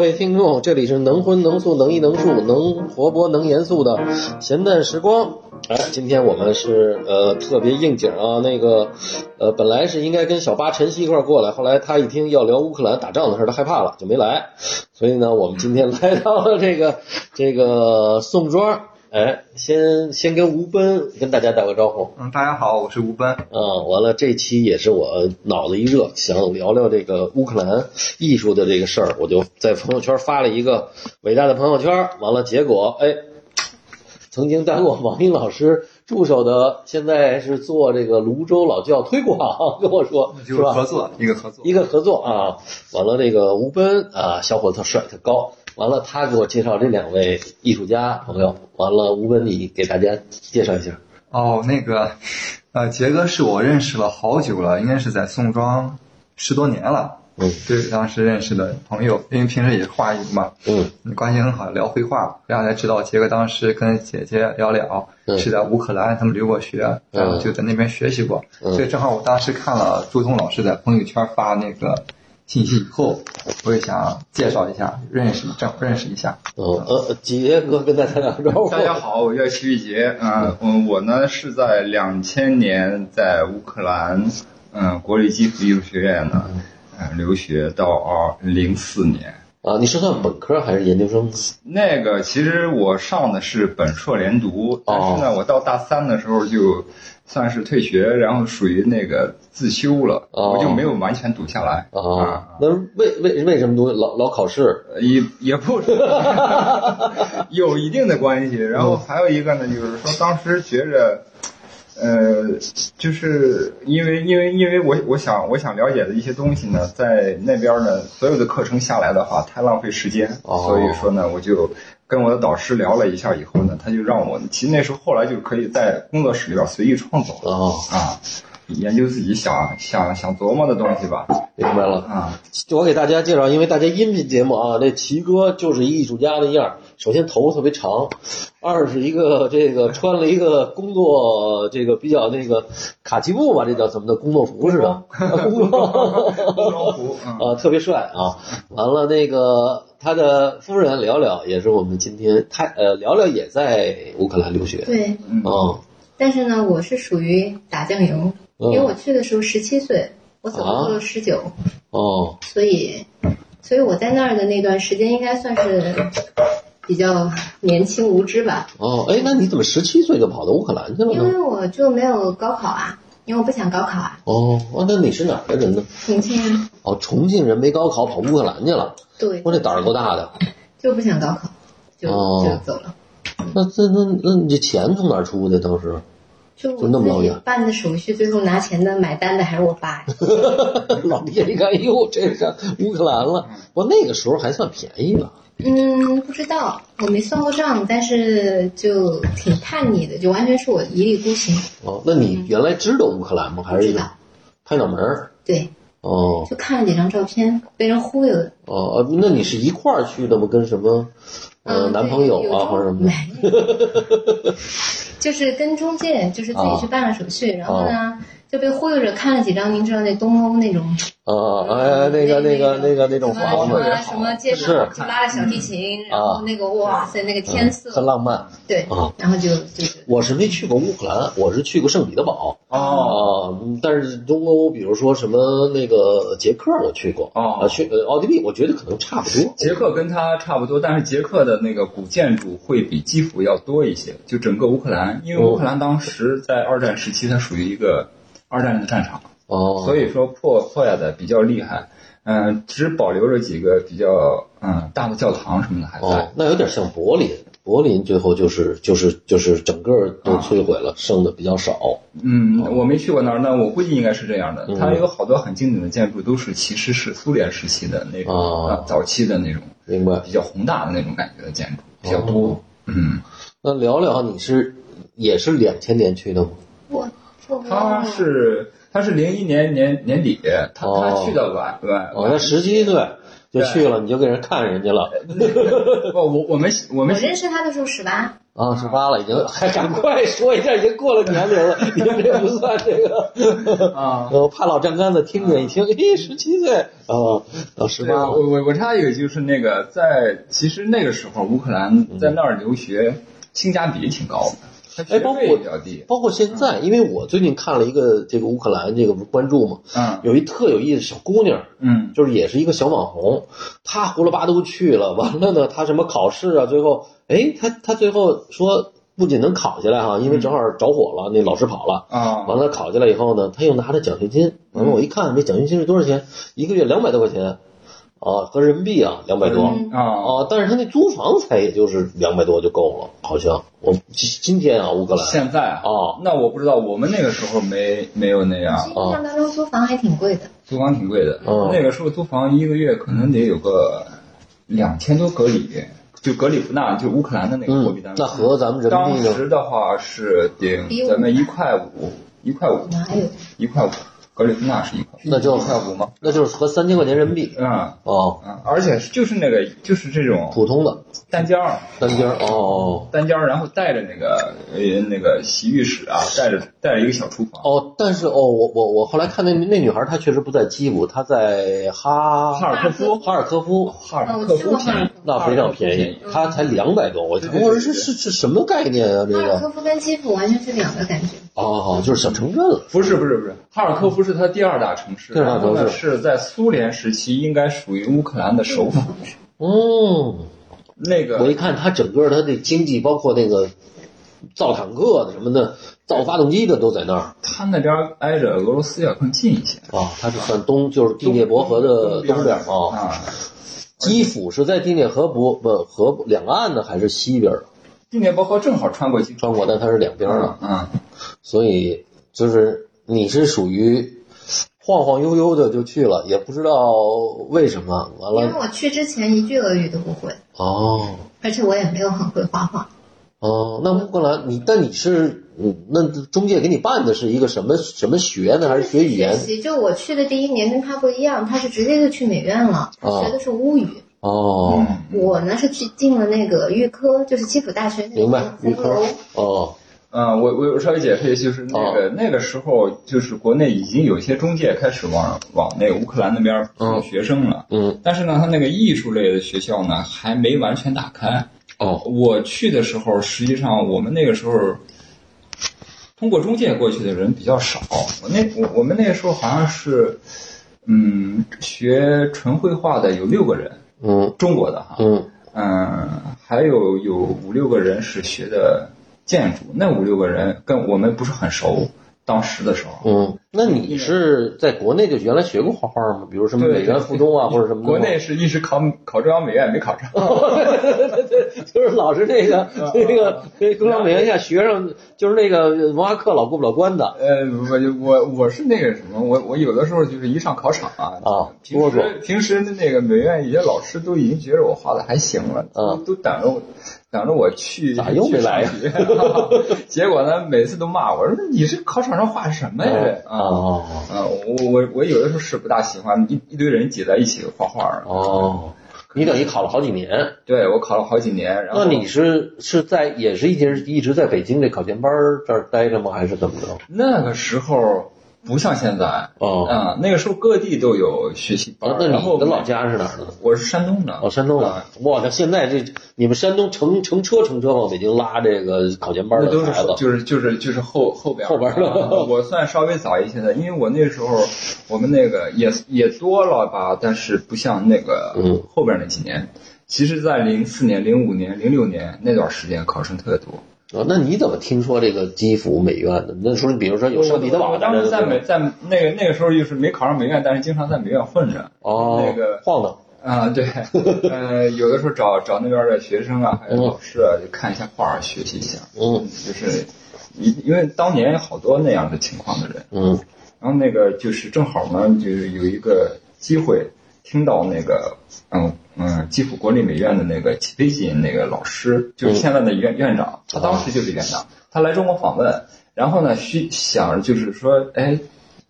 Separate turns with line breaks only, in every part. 位听众，这里是能荤能素能艺能术能活泼能严肃的闲淡时光。哎，今天我们是呃特别应景啊，那个呃本来是应该跟小八晨曦一块儿过来，后来他一听要聊乌克兰打仗的事儿，他害怕了就没来。所以呢，我们今天来到了这个这个宋庄。哎，先先跟吴奔跟大家打个招呼。
嗯，大家好，我是吴奔。
啊，完了，这期也是我脑子一热，想聊聊这个乌克兰艺术的这个事儿，我就在朋友圈发了一个伟大的朋友圈。完了，结果哎，曾经当过王英老师助手的，现在是做这个泸州老窖推广，跟我说
就是是
吧？
合作，一个合作，
一个合作啊。完了，这个吴奔啊，小伙子特帅特高。完了，他给我介绍这两位艺术家朋友。完了，吴奔，你给大家介绍一下。
哦，那个，呃，杰哥是我认识了好久了，应该是在宋庄十多年了。
嗯
对，当时认识的朋友，因为平时也是画艺嘛，
嗯
关系很好，聊绘画，然后才知道杰哥当时跟姐姐聊聊
嗯
是在乌克兰，他们留过学，然后就在那边学习过。
嗯
所以正好我当时看了朱彤老师在朋友圈发那个信息以后，我也想介绍一下，认识正认识一下。
哦，呃，杰哥跟大家打个招呼。
大家好，我叫齐玉杰。嗯、嗯，我呢是在两千年在乌克兰，嗯、国立基辅艺术学院呢，嗯、留学到二零四年。
啊，你是算本科还是研究生？
那个其实我上的是本硕连读，但是呢，我到大三的时候就算是退学，然后属于那个自修了，
哦
我就没有完全读下来。
啊，那为为为什么读老老考试？
呃也也不是 有一定的关系。然后还有一个呢，就是说当时觉着，呃，就是因为因为因为我我想我想了解的一些东西呢，在那边呢，所有的课程下来的话太浪费时间，
哦
所以说呢，我就。跟我的导师聊了一下以后呢，他就让我，其实那时候后来就可以在工作室里边随意创作了
哦，
啊，研究自己想想想琢磨的东西吧
明白了。
啊。
我给大家介绍，因为大家音频节目啊，这齐哥就是一艺术家的样儿。首先头发特别长，二是一个这个穿了一个工作这个比较那个卡其布吧，这叫什么的工作服似的，啊工作
装服嗯
啊，特别帅啊！完了，那个他的夫人聊聊，也是我们今天他呃聊聊也在乌克兰留学，
对，
嗯，
但是呢，我是属于打酱油，因为我去的时候十七岁，我走
啊
的时候十九、
哦，
所以，所以我在那儿的那段时间应该算是比较年轻无知吧，
哦，哎，那你怎么十七岁就跑到乌克兰去了
因
呢？
为我就没有高考啊，因为我不想高考啊，
哦，哦，那你是哪儿的人呢？
重庆啊，
哦，重庆人没高考跑乌克兰去了，
对
我，这胆儿够大的。
就不想高考，就、
哦
就走了，
那这那那你这钱从哪儿出的？当时
就
就那么老
我自己
远
办的手续，最后拿钱的买单的还是我 爸呀，
老爹一看，哎呦，这是乌克兰了。不，那个时候还算便宜吧？
嗯，不知道，我没算过账，但是就挺叛逆的，就完全是我一意孤行，
哦，那你原来知道乌克兰吗？还是
嗯知道
拍脑门儿？
对。
哦，
就看了几张照片，被人忽悠的。
哦，呃那你是一块儿去的吗？跟什么呃
嗯
男朋友
对有
啊，
中
或者什 么的？
没， 就是跟中介，就是自己去办了手续，然后呢就被忽悠着看了几张，您知道那东欧那种
啊，哎，那个那个那个那种
什
房
么
子
什么什么街上
是啊
就拉着小提琴，然后那个哇塞那个天色，
很浪漫。
对
啊，
然后就就就
我是没去过乌克兰，我是去过圣彼得堡
哦，
啊、嗯但是东欧，比如说什么那个捷克，我去过
哦
啊，去呃奥地利，我觉得可能差不多。
捷克跟它差不多，但是捷克的那个古建筑会比基辅要多一些。就整个乌克兰，因为乌克兰当时在二战时期，它属于一个二战的战场，
哦，
所以说破破坏的比较厉害。嗯，只保留着几个比较嗯大的教堂什么的还在。
哦，那有点像柏林，柏林最后就是就是就是整个都
啊
摧毁了，剩的比较少。
嗯
哦，
我没去过那儿，那我估计应该是这样的
嗯。
它有好多很经典的建筑，都是其实是苏联时期的那种、
哦
啊早期的那种
明白。
比较宏大的那种感觉的建筑比较多。
哦
嗯。
那聊聊你是也是两千年去的吗？
我我
啊
他是他是零一年年年底，他他
哦
去的晚晚
哦，那
晚
十七岁，就去了，你就给人看人家了。
不，我我们我
我
们
认识他的时候十八，
啊，十八了，已经， 还赶快说一下，已经过了年龄了，你们这不算这个。 哦
啊，
我怕老站杆子听见一听，咦，十七岁啊，到十
对，
八了，
我我我插一个，就是那个在其实那个时候，乌克兰在那儿留学性价比挺高的，它
嗯
学
哎包括
费比较低。
包括现在，因为我最近看了一个这个乌克兰这个关注嘛，
嗯
有一特有意思的小姑娘，
嗯
就是也是一个小网红，她胡了吧都去了，完了呢，她什么考试啊，最后，哎，她她最后说不仅能考下来哈、因为正好着火了，那老师跑了，
啊
完了考下来以后呢，她又拿着奖学金，完了我一看这奖学金是多少钱，一个月两百多块钱，啊，合人民币啊两百多。
嗯，
啊，
啊，但是她那租房才也就是两百多就够了，好像我今今天啊乌克兰
现在啊，
啊，
那我不知道，我们那个时候没没有那
其
样
实，印象当中租房还挺贵的，
租房挺贵的。
嗯
那个时候租房一个月可能得有个两千多格里，就格里夫纳，就乌克兰的那个货币
嗯
单，位。
那合咱们人民
当
币呢？
时的话是
比
顶
五嗯
咱们一块五，一块五，
哪有？
一块五，格里夫纳是一块，
那就
一块五吗？
那就是合三千块钱人民币
嗯。
啊，
啊，而且是就是那个，就是这种
普通的
单间儿，
单间儿哦
单间儿，然后带着那个呃那个洗浴室啊，带着带着一个小厨房，
哦，但是哦，我我我后来看那那女孩，她确实不在基辅，她在哈
哈尔科夫，
哈尔科夫，
哈
啊，
尔
我
科
去
夫
过哈
便
尔
宜
科，夫，
那非常便宜，
嗯
她才两百多，我
对
想
对对
我说是是是什么概念啊？这
哈尔
个
科夫跟基辅完全是两个感觉。
哦，就是小城镇了
不是不是不是，哈尔科夫是它第二大城市，
第二大
然后呢
城市
是在苏联时期应该属于乌克兰的首府。
嗯，
那
我一
个
看她整个她的经济，包括那个造坦克的什么的，造发动机的都在那儿
它那边儿挨着俄罗斯要更近一些，
啊，她是算东，就是第聂伯河的东边儿啊。
啊，
基辅是在第聂河不不河不两岸呢，还是西边儿？啊
第聂伯河正好穿过基辅
穿过，但它是两边儿的。
啊，
所以就是你是属于晃晃悠悠的就去了，也不知道为什么。完
因为
了，
我去之前一句俄语都不会，
哦
而且我也没有很会画画。
哦，那乌克兰你但你是嗯，那中介给你办的是一个什么什么学呢？还是学语言？
习就我去的第一年跟他不一样，他是直接就去美院了，他
哦
学的是乌语。
哦，
嗯
我呢是去进了那个预科，就是基辅大学那
明白
个，
预
红
科
楼。
哦
嗯，我我稍微解释一下，就是那个、那个时候，就是国内已经有一些中介开始往往那个乌克兰那边儿
嗯
送学生了，
嗯
但是呢，他那个艺术类的学校呢还没完全打开。
哦
我去的时候，实际上我们那个时候通过中介过去的人比较少。我那我我们那个时候好像是，嗯，学纯绘画的有六个人，
嗯
中国的哈，
嗯
嗯，还有有五六个人是学的建筑，那五六个人跟我们不是很熟，当时的时候。
嗯，那你是在国内就原来学过画画吗？比如什么美院附中 啊，或者什么的吗？
国内是一直考考中央美院没考上，
就是老是那个
嗯
那个那中央美院下学生，就是那个文化课老过不了关的
呃，我就我我是那个什么，我我有的时候就是一上考场啊，
啊，
平
多说
时平时的那个美院一些老师都已经觉得我画的还行了，都
嗯
都等着我等着我去
咋又没来呀
去上学啊 结果呢，每次都骂我说你这考场上画什么呀这
啊哦
哎啊，我我我有的时候是不大喜欢一一堆人挤在一起画画。
哦，你等于考了好几年，
对我考了好几年，然后
那你是是在也是一直一直在北京这考前班儿这儿待着吗？还是怎么着？
那个时候不像现在啊、
哦，
那个时候各地都有学习班
啊
儿。
那
然后
你的老家是哪儿呢？
我是山东的，
哦，山东啊！哇，那现在这你们山东乘乘车乘车往北京拉这个考前班
那
儿
都
的
是
孩子，
就是就是就是后后边儿啊
后边儿了
我算稍微早一些的，因为我那时候我们那个也也多了吧，但是不像那个
嗯
后边儿那几年。其实，在零四年、零五年、零六年那段时间，考生特别多。
啊那你怎么听说这个基辅美院的？那时嗯候你比如说有圣彼得
我
堡
我
的
当时在
人
美在那个那个时候就是没考上美院，但是经常在美院混着。
哦，
那个
晃荡。
啊， 对，呃，有的时候找找那边的学生啊，还有老师啊，就看一下画儿，学习一下。
嗯，
就是因因为当年有好多那样的情况的人，
嗯
然后那个就是正好呢，就是有一个机会听到那个嗯嗯基辅国立美院的那个齐飞锦那个老师，就是现在的院院长，他当时就是院长，他来中国访问，然后呢需想就是说，哎，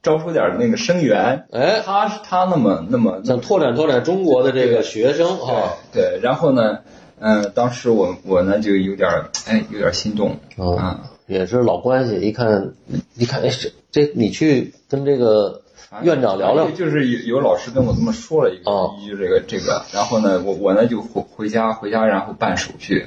招出点那个生源，
哎
他他那么那么那
想
么
拓展拓展中国的这个学生啊，
对对，然后呢，嗯、当时我我呢就有点儿哎有点儿心动
哦
啊，
也是老关系，一看一看，哎，这这你去跟这个
啊
院长聊聊，
就是有有老师跟我这么说了一个、
哦
一句这个这个，然后呢我我呢就回回家回家然后办手续，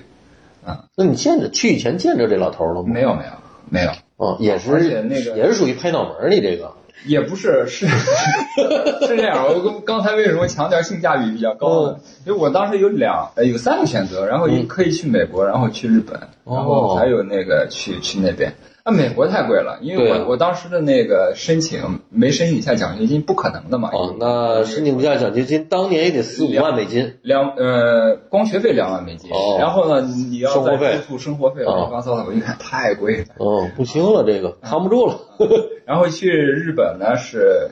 那你见着去以前见着这老头了吗？
没有没有没有，
啊，也是，
而且那个
也是属于拍脑门儿，你这个
也不是，是是这样。我刚刚才为什么强调性价比比较高
嗯
呢？因为我当时有两呃有三个选择，然后一可以去美国，然后去日本，
哦
然后还有那个去去那边。啊，美国太贵了，因为
对
我、
啊
我当时的那个申请没申请下奖学金不可能的嘛，
啊，那申请不下奖学金，当年也得四五万美金
两呃光学费两万美金，
哦
然后呢你要
生活
再
费
支付生活费，
哦
我刚才我一看太贵了。
哦，不行了，这个扛不住了
嗯然后去日本呢是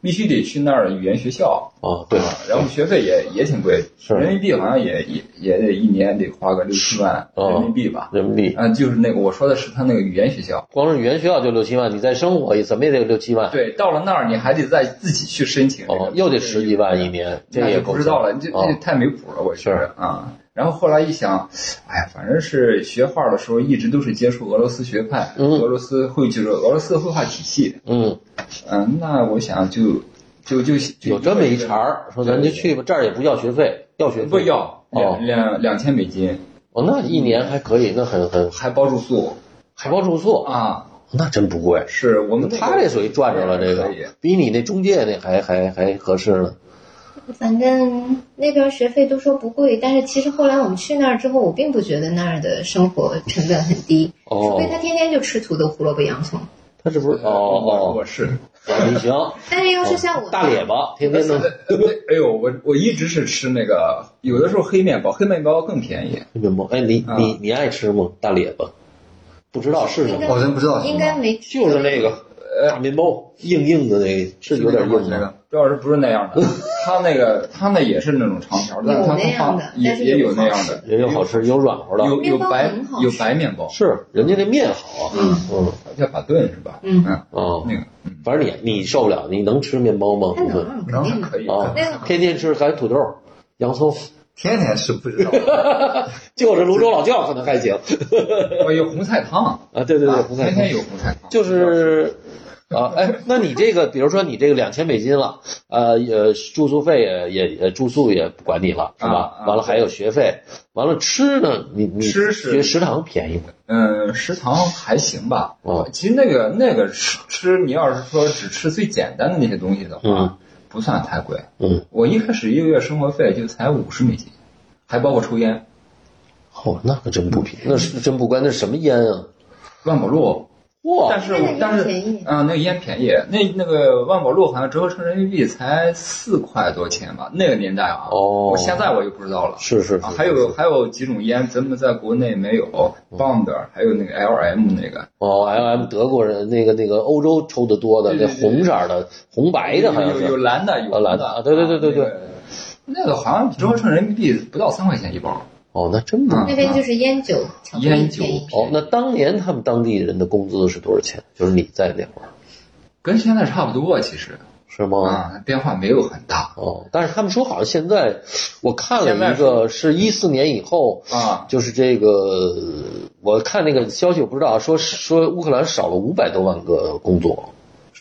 必须得去那儿语言学校，
啊，对，
啊，然后学费也也挺贵，
是
人民币好像也也也得一年得花个六七万
哦
人民币吧。
人民币，
啊，就是那个我说的是他那个语言学校。
光是语言学校就六七万，你再生活也怎么也得有六七万，
对，到了那儿你还得再自己去申请这个、
哦，又得十几万一年，这
那
也
就
够
不知
呛
道了，这
啊
这太没谱了，我觉得啊。然后后来一想，哎呀，反正是学画的时候一直都是接触俄罗斯学派，
嗯
俄罗斯绘就是俄罗斯绘画体系，
嗯，
嗯，那我想就就就就
有这么一茬儿，说咱就去吧，这儿也不要学费，要学费
不要
哦
两两两千美金，
哦，那一年还可以，那很很
还包住宿
还包住宿，
啊，
那真不贵。
是我们那个
他这属于赚着了，这个
可以
比你那中介那还还还合适呢。
反正那边学费都说不贵，但是其实后来我们去那儿之后，我并不觉得那儿的生活成本很低，除
哦
非，他天天就吃土豆、胡萝卜、洋葱。
他是不是？
我
哦
我是，
哦，你行，
但是要是像我
哦大
脸。
脸巴，天天弄
哎呦，我我一直是吃那个，有的时候黑面包，黑面包更便宜。
面包。哎，你
啊
你你爱吃吗？大脸巴，不知道是什
应
么，
该
我真不知道是什么
应该没
哦就是那个大面包，硬硬的那，是有点
我
硬
觉
的。
得
主要是不是那样的， 他那个他那也是那种长条，但是他
有那样的
也
但是
也
有
有那样的，
也有好吃，有软和的，
有有
面包
白
很好吃
有白面包，
是人家那面好啊。嗯嗯
叫法棍是吧？
嗯
嗯，
哦，
那个
反正你你受不了，你能吃面包吗？
那能
啊
啊肯
能
定
可以，
哦
那个
天天吃还土豆、洋葱，
天天吃不知道，
就是泸州老窖可能还行
哦，有红菜汤，
啊。对对对，不太
天天有红菜汤，
就是啊，哎，那你这个，比如说你这个两千美金了，呃，也住宿费也也也住宿也不管你了，是吧？
啊啊
完了还有学费，完了吃呢，你你
吃是
学食堂便宜吗？
嗯，食堂还行吧。
哦
其实那个那个吃吃，你要是说只吃最简单的那些东西的话，
嗯
不算太贵。
嗯，
我一开始一个月生活费就才五十美金，还包括抽烟。
哦，那可真不便宜，那是真不贵，那是什么烟啊？
万宝路，
哇
但，是
那个烟
但是
便宜
啊、那个烟便宜，那那个万宝路好像折合成人民币才四块多钱吧，那个年代啊，
哦
我现在我就不知道了。
是是是，嗯
啊，还有还有几种烟，咱们在国内没有，Bond，还有那个 LM 那个，
哦，L M 德国人那个那个欧洲抽的多的，
对对
那
对
红色儿的、红白的好像
有有有
是，
蓝的，有
啊蓝的啊对对对对对
那个那个好像折合成人民币不到三块钱一包，
哦，那真不
啊
贵。
那边就是烟酒，巧克力
烟酒
便宜。
哦，那当年他们当地人的工资是多少钱？就是你在那会儿
跟现在差不多其实
是吗？
啊，变化没有很大
哦，但是他们说好像现在，我看了一
现在
个是一四年以后，
啊。
就是这个，我看那个消息我不知道，说说乌克兰少了五百多万个工作，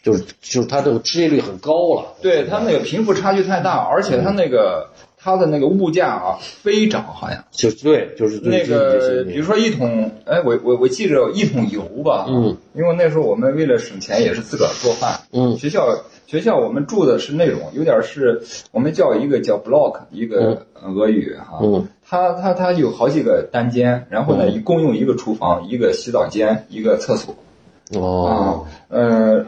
就是就是他这个失业率很高了。
对他那个贫富差距太大，而且他那个他的那个物价啊飞涨，好像
就对，就是
那个比如说一桶，哎，我我我记着一桶油吧，
嗯，
因为那时候我们为了省钱也是自个儿做饭，
嗯
学校学校我们住的是那种有点是我们叫一个叫 block，一个俄语哈、
嗯
它它它有好几个单间，然后呢，一共用一个厨房、一个洗澡间、一个厕所
哦，，
呃，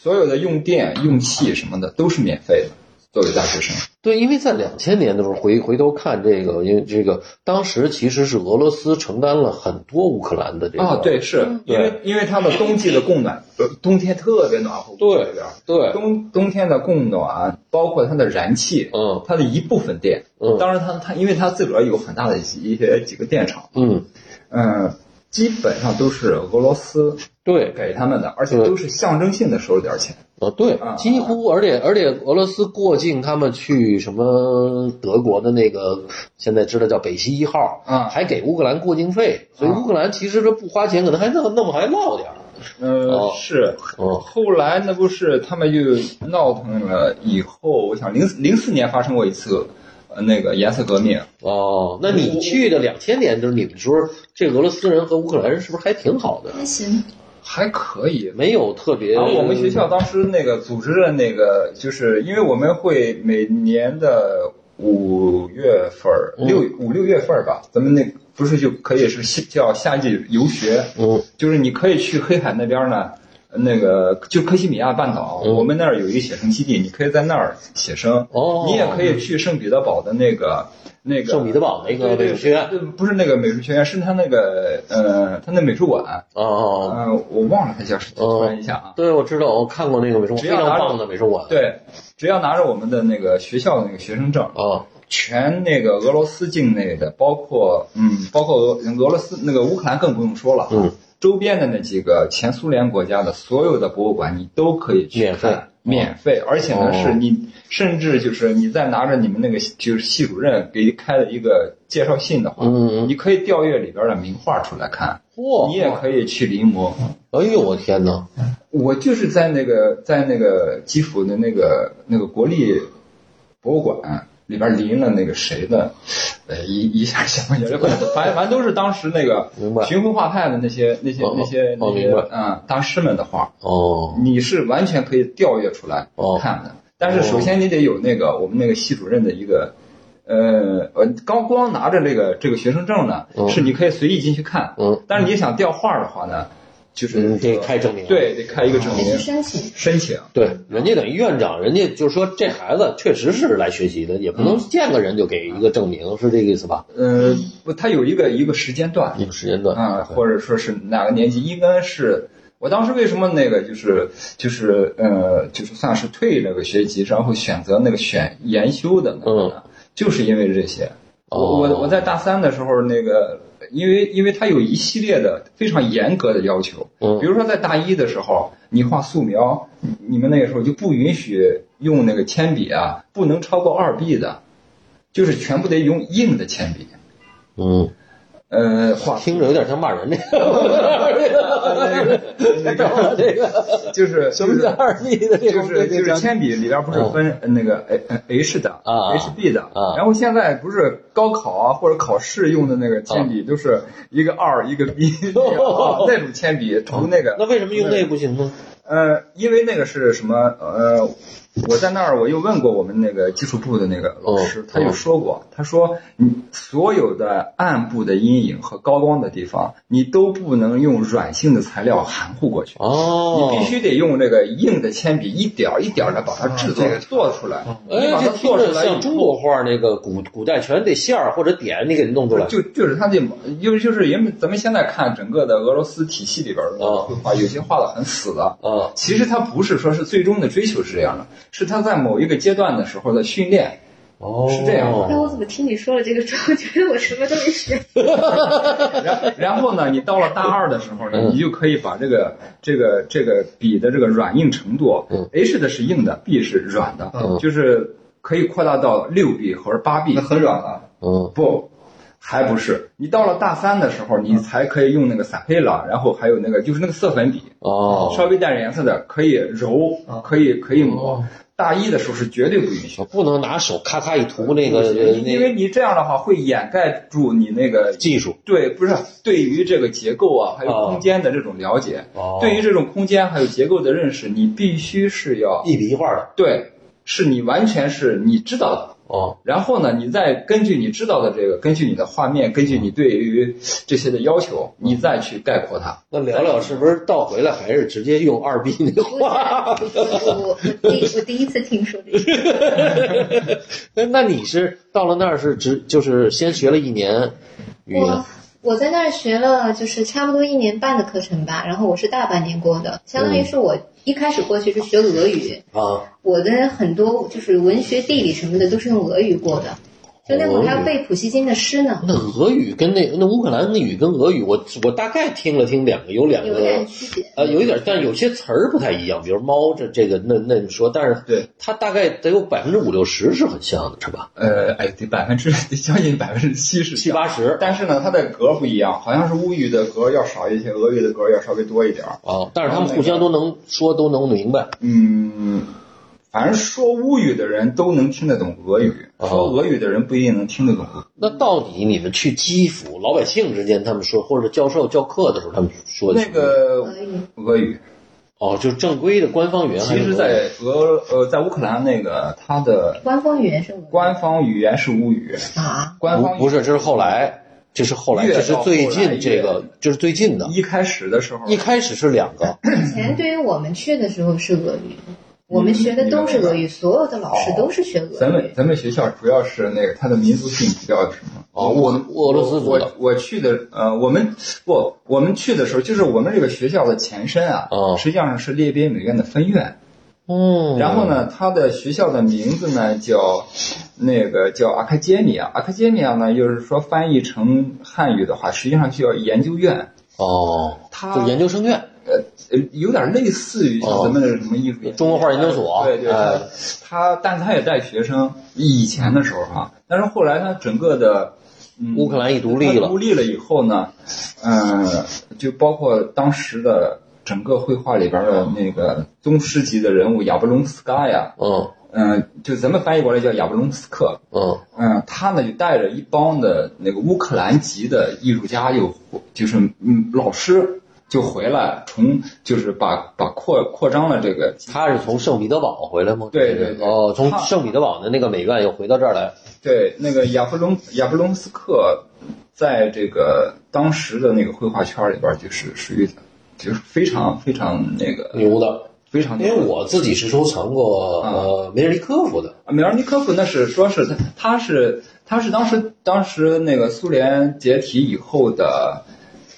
所有的用电、用气什么的都是免费的。作为大学生，
对，因为在两千年的时候回回头看这个，因为这个当时其实是俄罗斯承担了很多乌克兰的这个
啊，对，是
嗯
因为因为他们冬季的供 暖，呃冬天特别暖和，
对
这边
对，
冬冬天的供暖，包括它的燃气，
嗯
它的一部分电，
嗯
当然它它因为它自个儿有很大的一些几个电厂，
嗯
嗯，基本上都是俄罗斯
对，嗯
给他们的，而且都是象征性的收了点钱。
哦，对，
啊
几乎，而且而且俄罗斯过境，他们去什么德国的那个，现在知道叫北溪一号，
啊
还给乌克兰过境费，所以乌克兰其实这不花钱，可能还弄弄还落点儿。
呃
哦，
是，
哦
后来那不是他们又闹腾了以后，我想零零四年发生过一次，呃，那个颜色革命，
哦，那
嗯
你去的两千年，就是你们说这俄罗斯人和乌克兰人是不是还挺好的？
还行，
还可以。
没有特别。
然啊后我们学
嗯
校当时那个组织的那个，就是因为我们会每年的五月份儿、
嗯
六五六月份儿吧，咱们那不是就可以是夏叫夏季游学，
嗯
就是你可以去黑海那边儿呢，那个就科西米亚半岛，
嗯
我们那儿有一个写生基地，你可以在那儿写生。
哦
你也可以去圣彼得堡的那个那个
圣彼得堡那个美术学院
对对对不是那个美术学院，是他那个呃，他那美术馆，
哦，
嗯、我忘了他叫什么，
哦
突然一下啊。
对，我知道，我看过那个美术馆，
只
非
要
常
拿着
棒的美术馆。
对，只要拿着我们的那个学校的那个学生证，
啊，
全那个俄罗斯境内的，包括嗯， 包括俄俄罗斯那个乌克兰更不用说了，啊
嗯，
周边的那几个前苏联国家的所有的博物馆，你都可以去
免费
看免费，而且呢，
哦
是你甚至就是你再拿着你们那个就是系主任给开的一个介绍信的话，
嗯嗯
你可以调阅里边的名画出来看，
嚯，
你也可以去临摹。
哎呦，我天哪！
我就是在那个在那个基辅的那个那个国立博物馆里边临了那个谁的，呃，一一下想不起来， 反正反正都是当时那个
明白
寻魂画派的那些那些
哦
那些
哦
那些
明白
嗯大师们的画，
哦，
你是完全可以调阅出来
哦
看的。但是首先你得有那个我们那个系主任的一个。呃呃，刚光拿着这个这个学生证呢，
嗯
是你可以随意进去看，
嗯
但是你想调画的话呢，就是
嗯，得
说
开证明。
对，得开一个证
还
明
是申请。
申请。
对，人家等于院长，人家就是说这孩子确实是来学习的，也不
嗯
能见个人就给一个证明，是这个意思吧？嗯
呃，不，它有一个一个时间段
一个时间段
啊、或者说是哪个年级，应该是我当时为什么那个就是就是呃就是算是退了个学籍，然后选择那个选研修的那个呢，就是因为这些。
嗯
我
哦
我我在大三的时候那个。因为因为它有一系列的非常严格的要求，
嗯
比如说在大一的时候，你画素描，你你们那个时候就不允许用那个铅笔啊，不能超过二 B 的，就是全部得用硬的铅笔。
嗯，
呃，画
听着有点像骂人这 个，
那个
这个
就是
什么叫二 B 的这
就
种
是就
这
是
个
铅笔里边不是分呃那个 H H 的
嗯啊
HB 的
啊，
然后现在不是高考啊或者考试用的那个铅
啊
笔，就是一个二一 个 B 啊
哦
那种铅笔涂那
那
个
为什么用那不行呢？
呃，因为那个是什么呃，我在那儿我又问过我们那个技术部的那个老师
哦，
他有说过，他说你所有的暗部的阴影和高光的地方，你都不能用软性的材料含糊过去。
哦，
你必须得用这个硬的铅笔一点儿一点的把它制作
啊这个
做出来，你
哎，
把它
这听
做出
着
来
像
以
中
后，
国画那个古古代全得线儿或者点，你给弄出来。
就就是它得，因为就是因为咱们现在看整个的俄罗斯体系里边的
啊
绘画，有些画的很死的。
啊，
其实它不是说是最终的追求是这样的，是他在某一个阶段的时候的训练。
哦，
是这样
哎，我怎么听你说了这个之后，觉得我什么都没学？
然然后呢，你到了大二的时候呢，
嗯
你就可以把这个这个这个笔的这个软硬程度、
嗯
h 的是硬的，B 是软的，
嗯
就是可以扩大到六 B 或者八 B，
那很软啊了。
嗯，
不，还不是。你到了大三的时候，
嗯
你才可以用那个撒佩拉，然后还有那个就是那个色粉笔，
哦，
稍微带点颜色的可以揉
啊，
可以可以
哦
抹。大一的时候是绝对不允许。
不能拿手咔咔一涂那个
因
那
因为你这样的话会掩盖住你那个
技术。
对，不是对于这个结构啊，还有
哦
空间的这种了解，
哦
对于这种空间还有结构的认识，你必须是要
一笔一画的。
对，是你完全是你知道的，
哦，
然后呢，你再根据你知道的这个，根据你的画面，根据你对于这些的要求，你再去概括它。
那聊聊是不是倒回来还是直接用二 B 那 画？
我我第我第一次听说这个，
那你是到了那儿是直就是先学了一年语言
我。我在那儿学了就是差不多一年半的课程吧，然后我是大半年过的，
嗯
相当于是我一开始过去是学俄语，
啊，
我的很多就是文学、地理什么的都是用俄语过的。就那会儿
哦
还要背普希金的诗呢。
那俄语跟那那乌克兰那语跟俄语，我我大概听了听两个，有两
有
个
点区别。
呃有一点，但是有些词儿不太一样，比如猫这这个那那你说，但是
对
它大概得有百分之五六十是很像的，是吧？
呃，哎，得百分之得将近 百分之七十
七八十
但是呢，它的格不一样，好像是乌语的格要少一些，俄语的格要稍微多一点儿。
哦，但是他们互相都能说，都能明白。
嗯，反正说乌语的人都能听得懂俄语，
哦
说俄语的人不一定能听得懂。
那到底你们去基辅，老百姓之间他们说，或者教授教课的时候他们说的
那
是
个
俄语
俄语，
哦，就是正规的官方语言还
其
是俄
实，
语
在俄呃，在乌克兰那个它的
官方语言是俄语
官方语言是乌语，
啊，
官方
不不是，这是后来，这是后来，这
越到
是最
后来
近这个，这是最近的。
一开始的时候，
一开始是两个，
以前对于我们去的时候是俄语，
嗯
我们学的都是俄语，所有的老师都是学
哦
咱
俄
们
语。
咱们学校主要是那个它的民族性比较什么？
哦
我
俄罗斯族
我
的
我我去的呃，我们不我们去的时候，就是我们这个学校的前身啊，
哦
实际上是列宾美院的分院。
嗯，
然后，呢，它的学校的名字呢叫那个叫阿卡杰尼亚，阿卡杰尼亚呢，就是说翻译成汉语的话，实际上就叫研究院。
哦，
他
就研究生院，
呃呃，有点类似于像咱们的什么艺术研究院
中国画研究所
对对，
哎
他但是他也带学生，以前的时候哈、但是后来呢，整个的。嗯、
乌克兰一独立
它
了
独，立了以后呢，呃，就包括当时的整个绘画里边的那个宗师级的人物亚布隆斯卡呀，
嗯
嗯、就咱们翻译过来叫亚布隆斯克，
嗯，
嗯，他呢就带着一帮的那个乌克兰籍的艺术家又回就是嗯老师就回来重就是把把扩扩张了这个
他是从圣彼得堡回来吗？
对对对
哦，从
他
圣彼得堡的那个美院又回到这儿来，
对那个亚布隆亚布隆斯克在这个当时的那个绘画圈里边就是属于就是非常非常那个
牛的。
非常
因为我自己是收藏过
啊
呃梅尔尼科夫的，
米啊尔尼科夫那是说是他他是他是当时当时那个苏联解体以后的，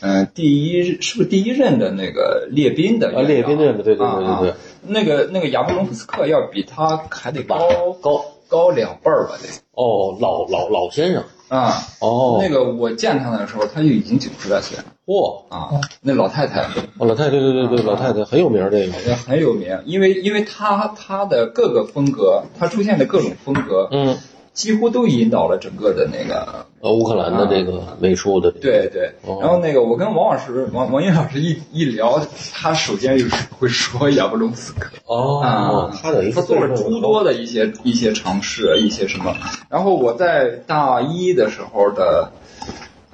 嗯、第一是不是第一任的那个列宾的
啊，列宾
的
的，对对对对对，
啊那个那个亚布隆夫斯克要比他还得
晚
高
高
高两辈儿吧得
哦，老老老先生，
啊、
哦，
那个我见他的时候他就已经九十来岁了
嚯，
啊，那老太太
哦老太太，对对对对，老太太很有名儿这个，
也很有名，因为因为他他的各个风格，他出现的各种风格
嗯，
几乎都引导了整个的那个
呃，乌克兰的这个美术的这个，
对对，
哦
然后那个我跟王老师、王王英老师一一聊，他首先就是会说亚布隆斯克
哦，他等于
他
是
做了诸多的一些一些尝试，一些什么。然后我在大一的时候的，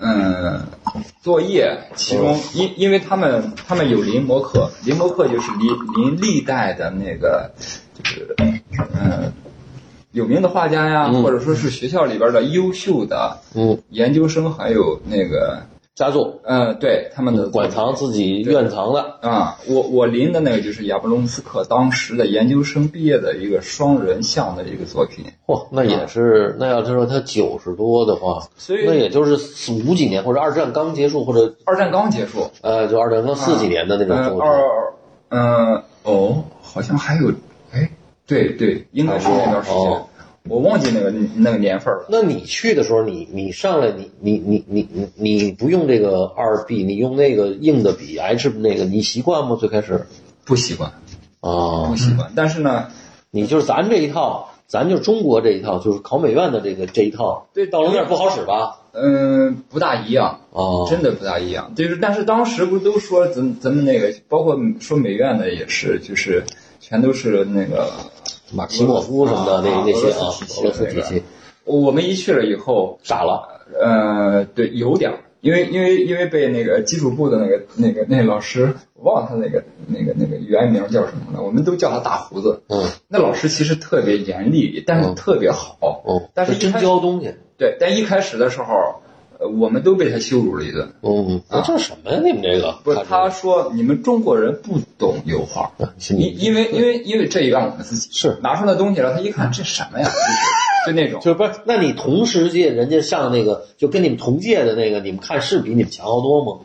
嗯，作业其
哦
中因因为他们他们有临摹课，临摹课就是临临历代的那个就是嗯有名的画家呀，
嗯
或者说是学校里边的优秀的
嗯
研究生，还有那个。
佳作，
嗯，对，他们的
馆藏自己院藏的，
啊，我我临的那个就是亚布隆斯克当时的研究生毕业的一个双人像的一个作品，
嚯，那也是，那要是说他九十多的话，
所
那
以
也就是四五几年或者二战刚结束或者
二战刚结束，
呃，就二战刚四几年的那种
嗯，
作品，
二嗯哦，好像还有哎，对对，应该是那段时间，
哦
我忘记那个那个年份了。
那你去的时候，你你上来你你你你你你不用这个二 B，你用那个硬的笔 H 那个，你习惯吗？最开始
不习惯，
啊
不，习惯。但是呢，
你就是咱这一套，咱就中国这一套，就是考美院的这个这一套，
对
到了那儿不好使吧？
嗯，不大一样，
啊，
真的不大一样。就是，但是当时不都说咱咱们那个，包括说美院的也是，就是全都是那个
马奇莫夫什么的那
啊
那些啊
俄罗
俄罗斯
斯体，系
体
那
系
个我们一去了以后，
傻了，
呃，对，有点儿，因为因为因为被那个基础部的那个那个那老师，我忘了他那个那个那个原名叫什么了，我们都叫他大胡子。
嗯
那老师其实特别严厉，但是
嗯
特别好。
嗯，
但是一
真
开始
教东西，
对，但一开始的时候，呃，我们都被他羞辱了一顿。
嗯，那这什么呀？你们这个
啊不是，他说你们中国人不懂油画，
看着
因
你
因为因为因为这一让我们自己
是
拿出那东西来，他一看这什么呀，就是就那种。
就是不是？那你同时届人家上那个，就跟你们同届的那个，你们看是比你们强好多吗？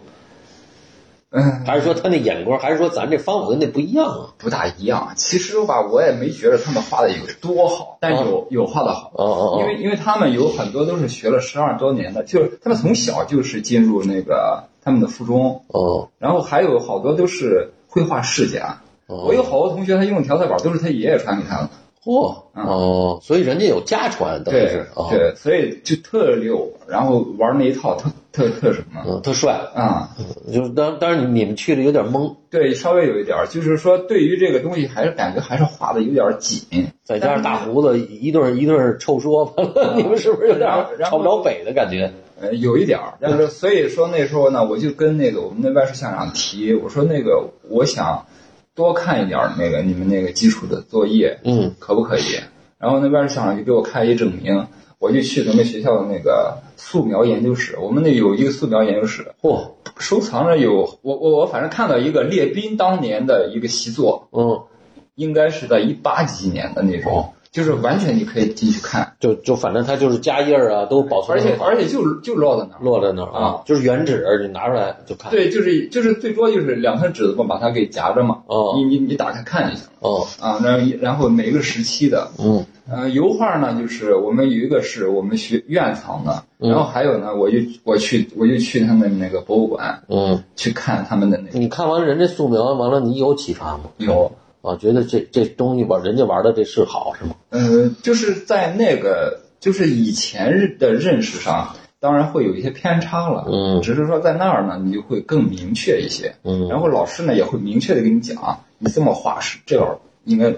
嗯，
还是说他那眼光，还是说咱这方法跟那不一样啊？
不大一样。其实吧，我也没觉得他们画的有多好，但有有画的好，
哦哦
因
哦，
为因为他们有很多都是学了十二多年的，就是他们从小就是进入那个他们的附中，
哦，
然后还有好多都是绘画世家。
哦
我有好多同学，他用的调色板都是他爷爷传给他的，
嚯，
嗯
哦，所以人家有家传，等于
对
是啊，
对，所以就特溜，然后玩那一套特特特什么
嗯，特帅，
啊。
就是当当然你们去了有点懵，
对，稍微有一点儿，就是说对于这个东西还是感觉还是画的有点儿紧，
再加上大胡子一顿一顿臭说，完了 你们是不是有点
嗯然后然
朝
后
不着北的感觉？
呃，有一点儿。但是所以说那时候呢，我就跟那个我们的外事校长提，我说那个我想多看一点儿那个你们那个基础的作业，
嗯，
可不可以？然后那外事校长就给我开一证明，我就去咱们学校的那个素描研究室，我们那有一个素描研究室，
嚯，
收藏着有我我我反正看到一个列宾当年的一个习作，
嗯，
应该是在一八几年的那种，就是完全你可以进去看，
就就反正他就是加印儿啊，都保存
而
得
且
很好
而且就就落在那儿。
落在那儿
啊，
就是原纸你拿出来就看，
对，就是就是最多就是两根指头把它给夹着嘛，
哦
你你你打开看一下
哦，
啊，然后然后每个时期的，
嗯
呃，油画呢就是我们有一个是我们学院藏的，
嗯
然后还有呢，我就我去我就去他们那个博物馆
嗯，
去看他们的那个
你看完人家素描完了，你有启发吗？
有，
啊，觉得这这东西玩人家玩的这是好是吗？
呃，就是在那个就是以前的认识上，当然会有一些偏差了，
嗯
只是说在那儿呢，你就会更明确一些，
嗯，
然后老师呢也会明确的跟你讲啊，你这么画是这样，应该。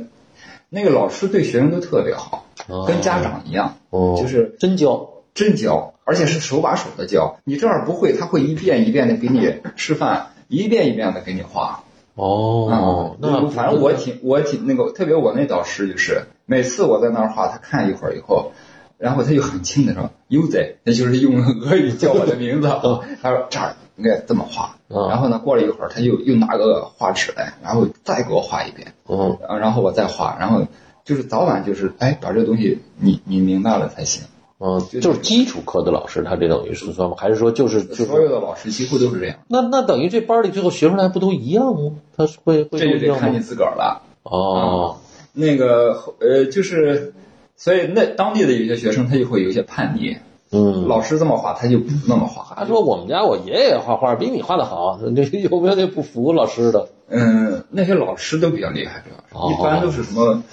那个老师对学生都特别好，
后
跟家长一样，
哦，
就是
真教，
真教，而且是手把手的教。你这儿不会，他会一遍一遍的给你示范，一遍一遍的给你画。
哦
啊，
那
反正我挺我挺那个，特别我那导师就是，每次我在那儿画，他看一会儿以后，然后他就很轻的说 “you z 那就是用俄语叫我的名字。
哦
他说这儿应该这么画，
嗯
然后呢，过了一会儿，他又又拿个画纸来，然后再给我画一遍，
嗯
啊然后我再画，然后就是早晚就是哎，把这个东西你你明白了才行。
嗯，就是基础科的老师，他这等于是算吗？还是说就是就
所有
是
的老师几乎都是这样，
那那等于这班里最后学出来不都一样吗？他是会会
这
都
就
一
得
样
看你
吗？
自个儿了。
哦，
那个呃，就是，所以那当地的有些学生他就会有一些叛逆，
嗯，
老师这么画他就不那么画。
他说我们家我爷爷画画比你 画的好，这有没有那不服老师的？
嗯，那些老师都比较厉害，主要
哦
是一般都是什么，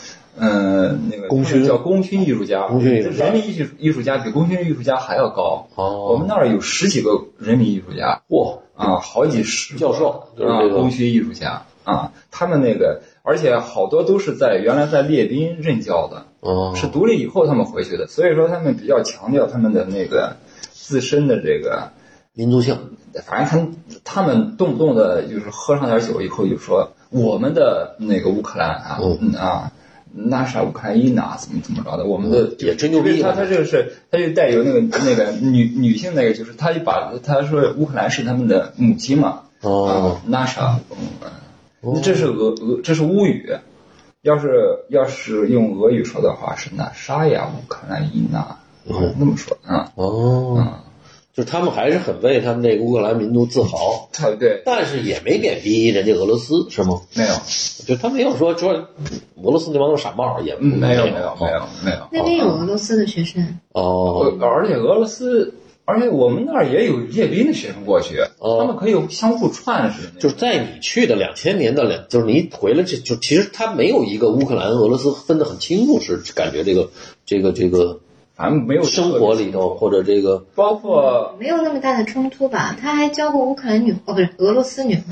嗯，那个
功勋
他们叫工勋艺术家，
功勋艺术家
人民艺术艺术家比工勋艺术家还要高。
哦
我们那儿有十几个人民艺术家
哇，
啊，好几十个
教授就是
啊
这，个
工勋艺术家啊，他们那个，而且好多都是在原来在列宾任教的，
哦，
是独立以后他们回去的，所以说他们比较强调他们的那个自身的这个，
民族性，
反正他们他们动不动的就是喝上点酒以后就说我们的那个乌克兰啊，
嗯
嗯啊。那啥，乌克兰伊娜怎么怎么着的？我们的
嗯也吹牛逼
他他这个是，他就带有那个那个女女性那个，就是他就把他说乌克兰是他们的母亲嘛，
哦
啊，那啥，嗯，这是俄俄，这是乌语。要是要是用俄语说的话，是那啥呀，乌克兰伊那，那么说啊，
哦，就是他们还是很为他们这个乌克兰民族自豪，
对对，
但是也没贬低人家俄罗斯，是吗？
没有，
就他没有说说俄罗斯那帮都是傻帽，也
嗯，没有没有没有没有。
那边有俄罗斯的学生，
哦
我而且俄罗斯，而且我们那儿也有列宾的学生过去，
哦
他们可以相互串是
就是在你去的两千年到两，就是你回来这就其实他没有一个乌克兰、俄罗斯分得很清楚，是感觉这个这个这个
咱们没有
生活里头，或者这个
包括
没有那么大的冲突吧？他还教过乌克兰女哦，不是俄罗斯女孩，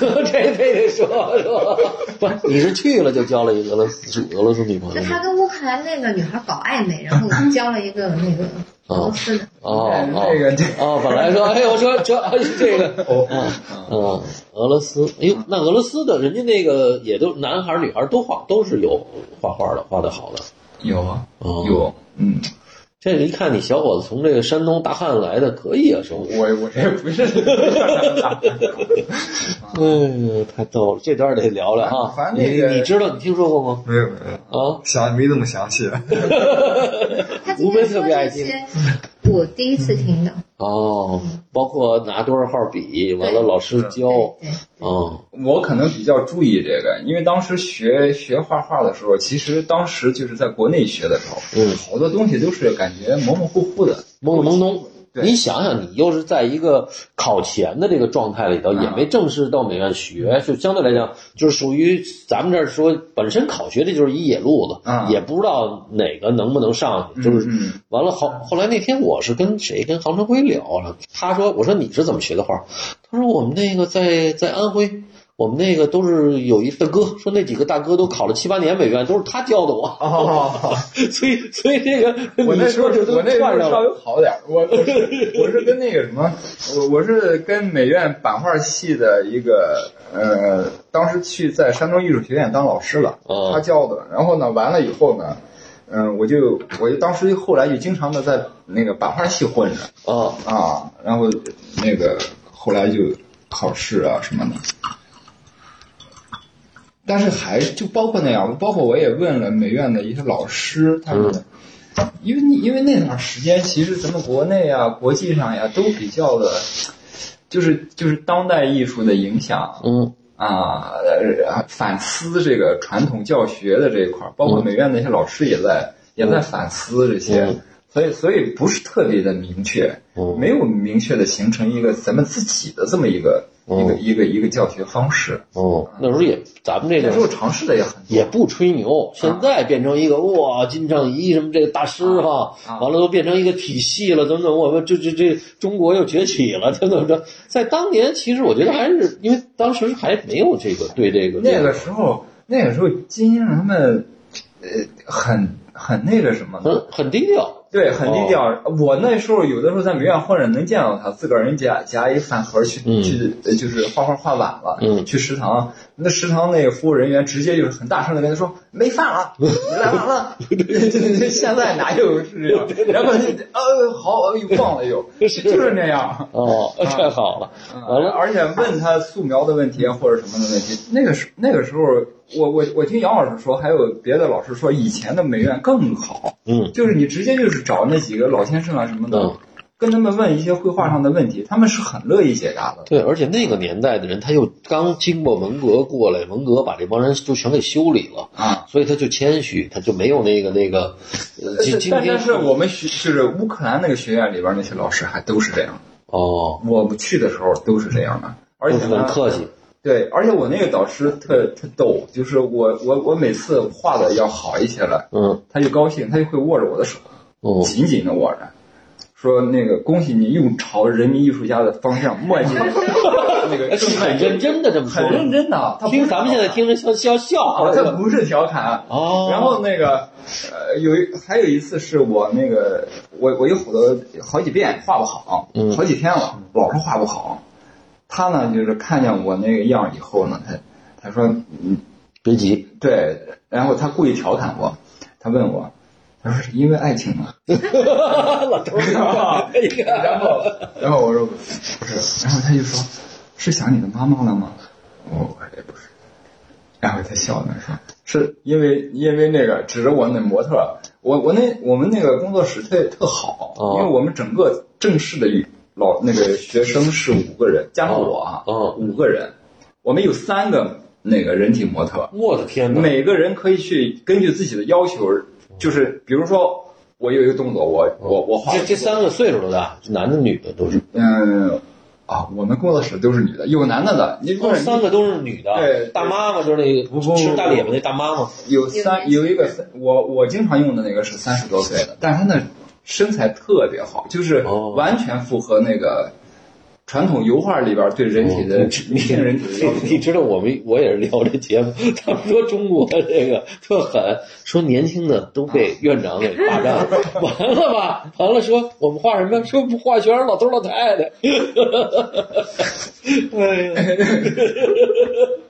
这这得说说，不，你是去了就交了一个俄罗斯俄罗斯女朋
就
友
他跟乌克兰那个女孩搞暧昧，然后交了一个那个俄罗斯的。
哦
那
哦
个这
哦，本来说哎，我说这哎这个哦嗯，俄罗斯，哎呦，那俄罗斯的人家那个也都男孩儿女孩儿都画都是有画画的，画的好的。
有啊
哦
有，嗯，
这一看你小伙子从这个山东大汉来的，可以啊，生活。
我我这不是。
哎呦，太逗了，这段得聊聊啊。
反正那个嗯
你你知道你听说过吗？
没有没有，
啊，
想没那么详细。
他今天说这些，我我第一次听到。
哦，包括拿多少号笔，完了老师教，
对，
哦，
我可能比较注意这个，因为当时学学画画的时候，其实当时就是在国内学的时候，
嗯，
好多东西都是感觉模模糊糊的。
懵懵懂。
对
你想想，你又是在一个考前的这个状态里头，
啊
也没正式到美院学，就相对来讲，就是属于咱们这儿说，本身考学这就是一野路子，
啊
也不知道哪个能不能上去，就是
嗯嗯
完了后后来那天我是跟谁跟杭成辉聊了，他说我说你是怎么学的画？他说我们那个在在安徽，我们那个都是有一大哥，说那几个大哥都考了七八年美院，都是他教的我，
哦，
所以所以这个
我那
你
时
说
候
这都
我那时
串
候
上
稍
了，
微好点儿，我我是我是跟那个什么，我我是跟美院版画系的一个呃，当时去在山东艺术学院当老师了，
哦
他教的。然后呢，完了以后呢，嗯、我就我就当时就后来就经常的在那个版画系混着。
啊
啊，然后那个后来就考试啊什么的，但是还就包括那样，包括我也问了美院的一些老师，他们，因为你因为那段时间其实咱们国内啊、国际上呀都比较的，就是就是当代艺术的影响，
嗯
啊，呃反思这个传统教学的这一块儿，包括美院那些老师也在、也在反思这些，
嗯
所以所以不是特别的明确，
嗯
没有明确的形成一个咱们自己的这么一个、一个
嗯
一个一个教学方式。
哦，那时候也咱们这
那时候
个。
尝试的也很多，
也不吹牛，现在变成一个哇金正一什么这个大师哈，
啊
完了都变成一个体系了，怎么怎么我们这这这中国又崛起了，怎么怎么着？在当年其实我觉得还是因为当时还没有这个对这个
那个时候那个时候金英他们，呃，很很那个什么的。
很很低调，
对，很低调。我那时候有的时候在美院混着，能见到他自个儿人夹夹一饭盒去、
嗯
去，呃就是画画画晚了，
嗯
去食堂，那食堂那个服务人员直接就是很大声的跟他说没饭了，你来晚了。 现在哪有是这样？然后就呃好又忘了又，
是
就是那样。
哦，
啊
太好了，完了
而且问他素描的问题啊，或者什么的问题，那个时那个时候，我我我听杨老师说，还有别的老师说，以前的美院更好，
嗯，
就是你直接就是找那几个老先生啊什么的，
嗯
跟他们问一些绘画上的问题，他们是很乐意解答的。
对，而且那个年代的人他又刚经过文革过来，文革把这帮人就全给修理了，
啊，
所以他就谦虚，他就没有那个那个，呃，今今
但
天
但是我们学就是乌克兰那个学院里边那些老师还都是这样，
哦，
我们去的时候都是这样的，而
就
且
是
呢
很客气，
对，而且我那个导师特特逗，就是我我我每次画的要好一些了，
嗯
他就高兴，他就会握着我的手，
嗯，
紧紧的握着，说那个恭喜你又朝人民艺术家的方向 迈进了那个
而且
正迈
哎很
进
认，真的这么说
很，认真的。啊他不是
听咱们现在听着像像笑
调侃，
话
啊，
似
他
的。
不是调侃。啊
哦，
然后那个，呃，有一还有一次是我那个，我我有好多好几遍画不好，
嗯
好几天了，老是画不好。他呢，就是看见我那个样儿以后呢，他他说，嗯，
别急，
对，然后他故意调侃我，他问我，他说是因为爱情吗？啊
老头 儿，你看
然后，然后我说不是，然后他就说，是想你的妈妈了吗？我我说也不是，然后他笑了说，是因为因为那个指着我那模特儿，我我那我们那个工作室特特好，
哦
因为我们整个正式的语老那个学生是五个人，加上我啊，
哦
五个人，我们有三个那个人体模特儿，
我的天哪！
每个人可以去根据自己的要求，就是比如说我有一个动作，我我我画
这这三个岁数多大？男的女的都是，
嗯，啊，我们工作室都是女的，有男的的，你不
哦
是
三个都是女的。
对
大妈妈就是那
不不
个吃大列巴那大妈嘛。
有三有一个三，我我经常用的那个是三十多岁的，但是他那身材特别好，就是
哦
完全符合那个传统油画里边对人体的
你
女性人体的要
你
求。
知道我们我也是聊这节目，他们说中国这个特狠，说年轻的都被院长给霸占了，完了吧？完了说我们画什么？说不画全是老头老太太。哎呀，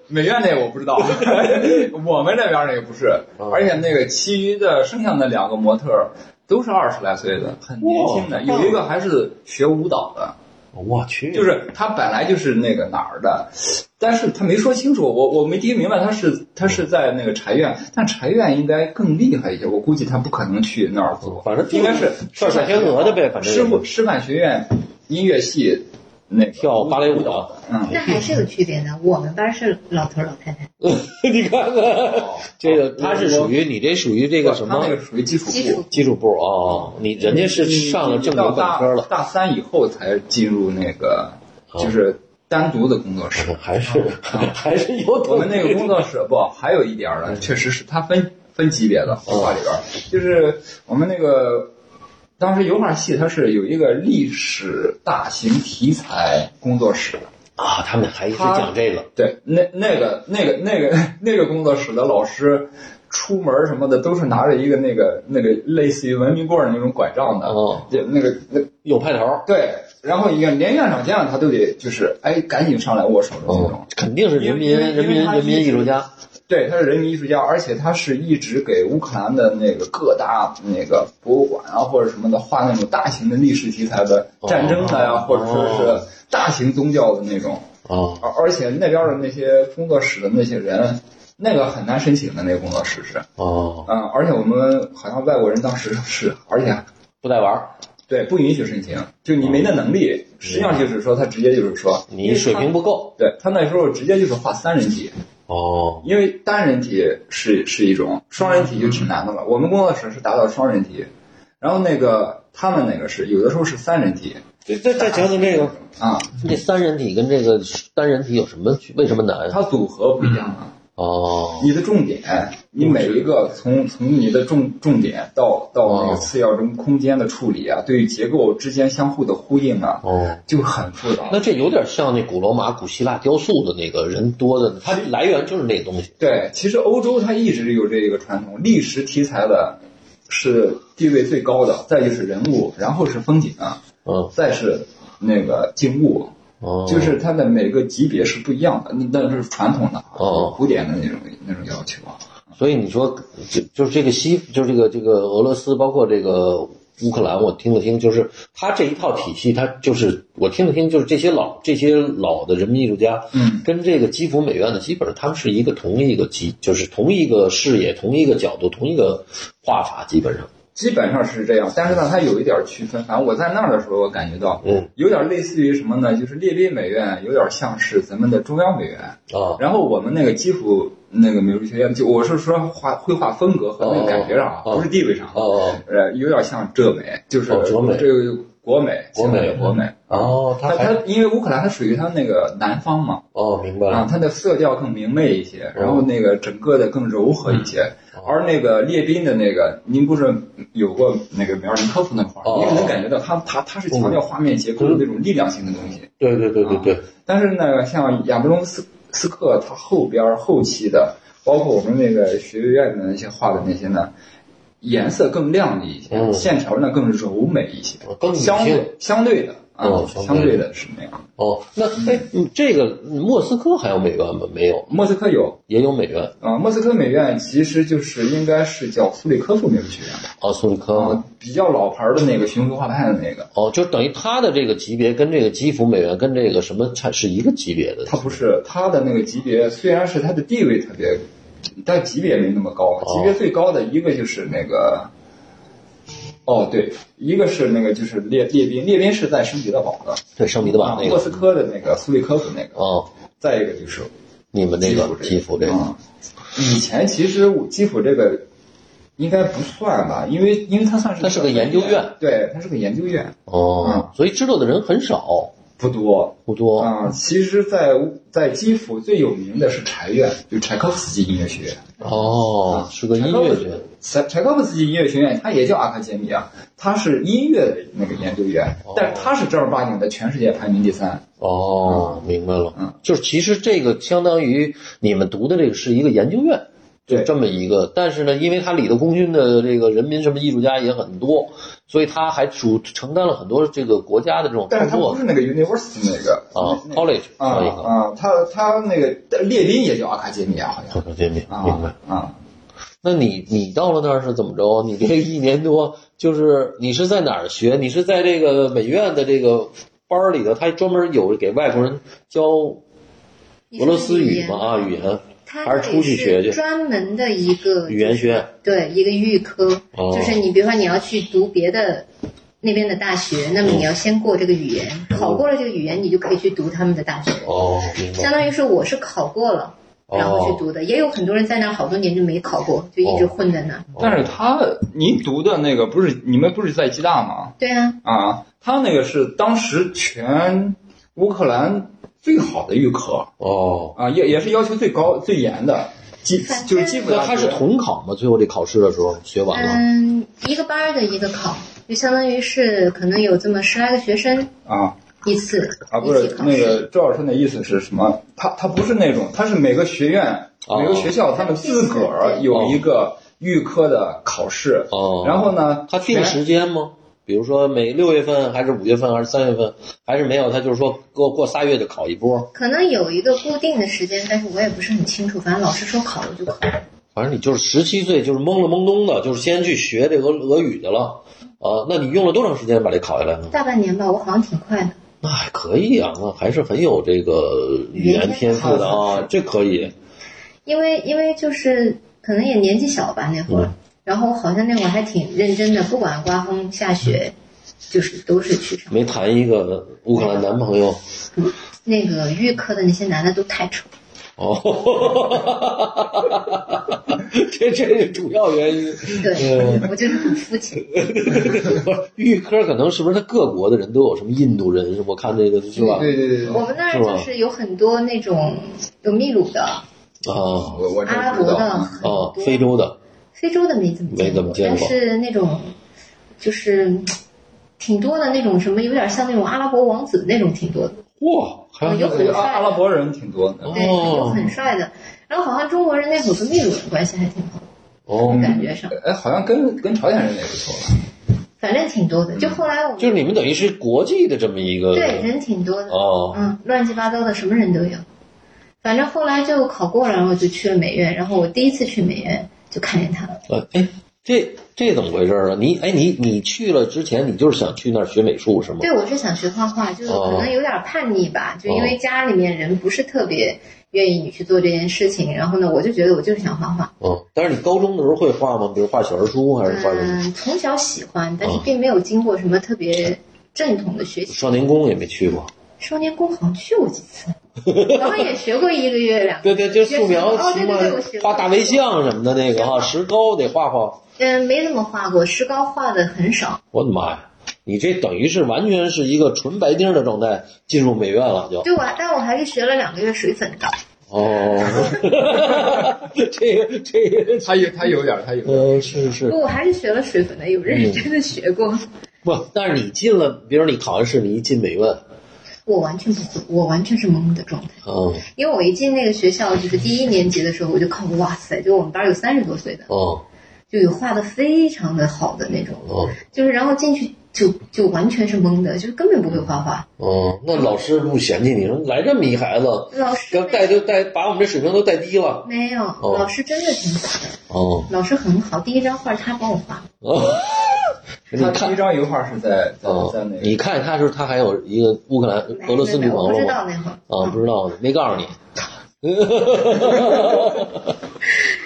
美院那我不 知道，我们这边那个不是，
哦
而且那个其余的剩下的两个模特儿都是二十来岁的，很年轻的，
哇
有一个还是学舞蹈的。
我去，
就是他本来就是那个哪儿的，但是他没说清楚，我我没听明白他是他是在那个柴院，但柴院应该更厉害一些，我估计他不可能去那儿做，
反正就
应该是
上小天鹅的呗，反正
师傅师范学院音乐系那个
跳芭蕾舞的，
嗯，
那还是有区别的。我们班是老头儿老太太，
你看看
哦
这个，他是属于你这属于这个什
他
么
那个属于基础
基
部
础。
基础部啊？你人家是上了正
你到
经本科了哦
大，大三以后才进入那个就是单独的工作室。
还是还是有
啊 我们那个工
作
作室不，还有一点儿呢，确实是它分分级别的画里边儿，就是我们那个当时油画系它是有一个历史大型题材工作室，
啊，他们还是讲这个
对，那那个那个那个 那个工作室的老师。出门儿什么的都是拿着一个那个那个类似于文明棍儿那种拐杖的，
哦
就那个那
有派头儿，
对，然后院连院长见了他都得就是哎赶紧上来握手的那种
嗯。，肯定是人民
因为因为
人民
他
人民
一
艺术家，
对，他是人民艺术家，而且他是一直给乌克兰的那个各大那个博物馆啊或者什么的画那种大型的历史题材的战争的呀、
哦
或者说是大型宗教的那种。
啊
而而且那边的那些工作室的那些人，那个很难申请的那个工作室是，
啊，
嗯，而且我们好像外国人当时是，而且
不带玩儿，
对不允许申请，就你没那能力，实际上就是说他直接就是说
你水平不够
对他那时候直接就是画三人体，
哦，
因为单人体是是一种，双人体就挺难
嗯
的了。我们工作室是达到双人体，然后那个他们那个是有的时候是三人体
再再再讲讲这个，
啊，
这三人体跟这个单人体有什么区为什么难？
它组合不一样啊。
哦，
你的重点，你每一个从从你的重重点到到那
嗯哦
个次要中空间的处理啊，对于结构之间相互的呼应啊，
哦，
就很复杂。
那这有点像那古罗马、古希腊雕塑的那个人多的，它来源就是那东西。
对，其实欧洲它一直有这个传统，历史题材的是地位最高的，再就是人物，然后是风景啊。
嗯，
再是那个静物，
哦，
就是它的每个级别是不一样的，那那是传统的
哦
古典的那种那种要求。啊
所以你说，就就是这个西，就是这个这个俄罗斯，包括这个乌克兰，我听了听，就是他这一套体系，他就是我听了听，就是这些老这些老的人民艺术家，
嗯，
跟这个基辅美院的基本上他们是一个同一个基，就是同一个视野、同一个角度、同一个画法，基本上。
基本上是这样，但是呢，它有一点区分。反正我在那儿的时候，我感觉到，
嗯，
有点类似于什么呢？就是列宾美院有点像是咱们的中央美院，
啊，
然后我们那个基辅那个美术学院，就我是说画绘画风格和那个感觉上啊，
哦哦
不是地位上，
哦
呃，有点像浙美，就是
哦浙美
这个国美，
国美
现在的国美。
哦，他
它
还
它因为乌克兰它属于它那个南方嘛，
哦，明白
啊，
了。
它的色调更明媚一些，然
哦
后那个整个的更柔和一些。
嗯
而那个列宾的那个，您不是有过那个苗林科夫那画，
哦嗯
你也能感觉到他他他是强调画面结构的那种力量性的东西。
对对对对对，
但是呢，像亚布隆斯斯克他后边儿后期的，包括我们那个学院的那些画的那些呢，颜色更亮丽一些，
嗯哦
线条呢更柔美一些，
更女
相
性。
对相对的啊，
哦相
相
对的
对的是那样。
哦，那哎，嗯这个莫斯科还有美元吗？没有，
莫斯科有，
也有美元。
啊，莫斯科美院其实就是应该是叫苏里科夫美术学院吧，
哦，苏里科夫。
啊，比较老牌儿的那个寻夫画派的那个，
哦，就等于他的这个级别跟这个基辅美元跟这个什么产是一个级别的。
它不是它的那个级别，虽然是它的地位特别，但级别没那么高，
哦
级别最高的一个就是那个，哦对，一个是那个就是列列宾，列宾是在圣彼得堡的，
对，圣彼得堡
啊
那
莫
个。
斯科的那个苏里科夫那个，
哦，
再一个就是
你们那个基
基
辅
辅
这
这
个
个。嗯以前其实我基辅这个应该不算吧，因为因为它算是
它是个研究院，
对，它是个研究院，
哦，所以知道的人很少，
不多
不多。
啊、其实在，在基辅最有名的是柴院，就柴可夫斯基音乐学院。啊
哦，是个音乐学。
柴柴可夫斯基音乐学院，它也叫阿卡杰米亚，它是音乐的那个研究院，但是它是正儿八经的全世界排名第三。
哦，明白
嗯
了。就是其实这个相当于你们读的这个是一个研究院。就
对
这么一个，但是呢，因为他里头功勋的这个人民什么艺术家也很多，所以他还主承担了很多这个国家的这种工
但是它不
作
是那个 university 那个
啊
那
，college
啊
上一个，
啊，它它那个列宾也叫阿卡杰米亚，好像
好像这明
啊
明白。
啊。
那你你到了那儿是怎么着？啊你这一年多，就是你是在哪儿学？你是在这个美院的这个班儿里头，他专门有给外国人教俄罗斯语嘛啊语言，
它
还是出去学去
这里是专门的一个
语言学院
对一个预科，
哦
就是你比如说你要去读别的那边的大
哦
学，那么你要先过这个语言，考过了这个语言，你就可以去读他们的大学。
哦，明
相
白。
当于是我是考过了，
哦
然后去读的，也有很多人在那儿好多年就没考过，就一直混在那儿。
但是他您读的那个不是你们不是在吉大吗？
对啊，
啊，他那个是当时全乌克兰最好的预科
哦，
啊，也也是要求最高最严的，基
反正
就是基本
那
上
他是统考吗？最后这考试的时候学完了，
嗯，一个班儿的一个考，就相当于是可能有这么十来个学生
啊
一次
啊不
一起
是
考
那
试。
个周老师那意思是什么？他他不是那种，他是每个学院、
哦
每个学校他们自个
哦
儿有一个预科的考试，
哦
然后呢，
他定
全
时间吗？比如说每六月份还是五月份还是三月份，还是没有？他就是说过过仨月就考一波，
可能有一个固定的时间，但是我也不是很清楚。反正老师说考了就考了。
反正你就是十七岁，就是懵了懵懂的，就是先去学这俄俄语去了啊。那你用了多长时间把这考下来呢？
大半年吧，我好像挺快的。
那还可以啊，那还是很有这个语言天赋的啊，这可以。
因为因为就是可能也年纪小吧那会儿，
嗯
然后好像那会儿还挺认真的，不管刮风下雪，
嗯
就是都是去上。
没谈一个乌克兰男朋友
那个预科的那些男的都太丑，
哦， 这这是主要原因。
对、我就是很肤浅。
不是预科可能是不是他各国的人都有什么印度人？我看这个是吧？
对对对
我们那儿就是有很多那种有秘鲁的、
啊
我我这
阿拉
不知
伯的，
道。
很
啊
多，
非洲的
非洲的没怎么
没怎么见过
但是那种就是挺多的那种什么，有点像那种阿拉伯王子那种挺多的，
哇，还有
有很
阿
帅
阿拉
的，
伯人挺多的，
哦
对，有很帅的。然后好像中国人那会儿跟秘鲁人关系还挺好，
哦
我，感觉上，
哎，好像跟跟朝鲜人也不错吧？
反正挺多
嗯
的。就后来我们
就是你们等于是国际的这么一个
对人挺多的，
哦
嗯，乱七八糟的什么人都有。反正后来就考过了，然后就去了美院。然后我第一次去美院就看见他了，
呃哎这这怎么回事啊？你哎你你去了之前你就是想去那儿学美术是吗？
对，我是想学画画，就是
哦
可能有点叛逆吧，就因为家里面人不是特别愿意你去做这件事情。然后呢，我就觉得我就是想画画，
嗯，但是你高中的时候会画吗？比如画小人书还是画什么？
嗯，从小喜欢，但是并没有经过什么特
嗯
别正统的学习。
少年宫也没去过。
少年宫好像去过几次， 然后也学过一个月两个。
对对，就素描
哦
什
对对
么
对我学过
画大卫像什么的那个哈，石膏得画画。
嗯，没怎么画过，石膏画的很少。
我的妈呀！你这等于是完全是一个纯白丁的状态进入美院了，就
对，我还但我还是学了两个月水粉的。
哦， 这个这个，
他有他有点儿，他有点儿。
呃，是是
不，我还是学了水粉的，有
嗯
认真的学过。
不？但是你进了，比如你考完试，你一进美院，啊
我完全不会，我完全是懵的状态。
嗯
因为我一进那个学校，就是第一年级的时候，我就看过，哇塞，就我们班有三十多岁的，
哦
就有画的非常的好的那种，
哦
就是然后进去就就完全是懵的，就是根本不会画画。
哦，那老师不嫌弃你说来这么一孩子，
老师
刚带就带把我们这水平都带低了。
没有，老师真的挺好的，
哦
老师很好。第一张画他帮我画，
哦，你
他
看
第一张油画是在在
哦
在那，个
你看他是他还有一个乌克兰
没
俄罗斯
没
女
哎没我
朋
不
友
知
吗
道？那会儿。
啊，不知道，没告 诉你。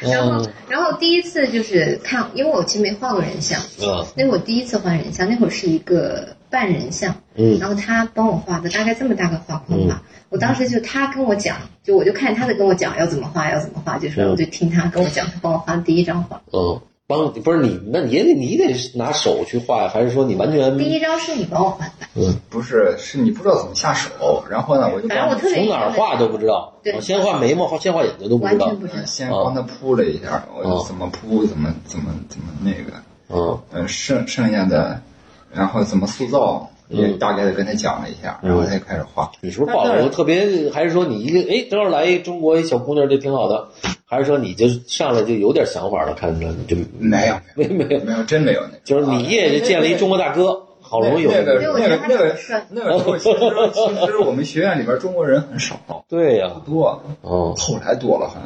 然
哦
后，然后第一次就是看，因为我其实没画过人像，
嗯
啊，
那会儿第一次画人像，那会儿是一个半人像，
嗯
然后他帮我画的，大概这么大个画框吧。
嗯
我当时就他跟我讲，就我就看他在跟我讲要怎么画，要怎么画，就是
嗯
我就听他跟我讲，他帮我画的第一张画，
嗯，帮不是你，那你也得你得拿手去画呀，还是说你完全
嗯
第一张是你帮我画的，
不是是你不知道怎么下手，然后呢我就
反正
帮
我
你
特别
从哪儿画都不知道？
对
我先画眉毛，画先画眼睛都不知
完
道
全。不知道
呃。先帮他铺了一下，我就怎么铺怎么怎么怎么那个，
嗯
呃剩剩下的，然后怎么塑造也
嗯
大概的跟他讲了一下，然后他就开始画。
你是不是保留特别，还是说你一个哎，正好来一中国一小姑娘，这挺好的，还是说你就上来就有点想法了？看着你这
没有
没没有，
没有真没有那个，
就是
啊
你也见了一中国大哥，好不容易有
那个
对我
那
觉
个那
得他长得
个
帅，
那个时候其实其实我们学院里边中国人很少，
对呀、
不多，
哦，
后来多了好像。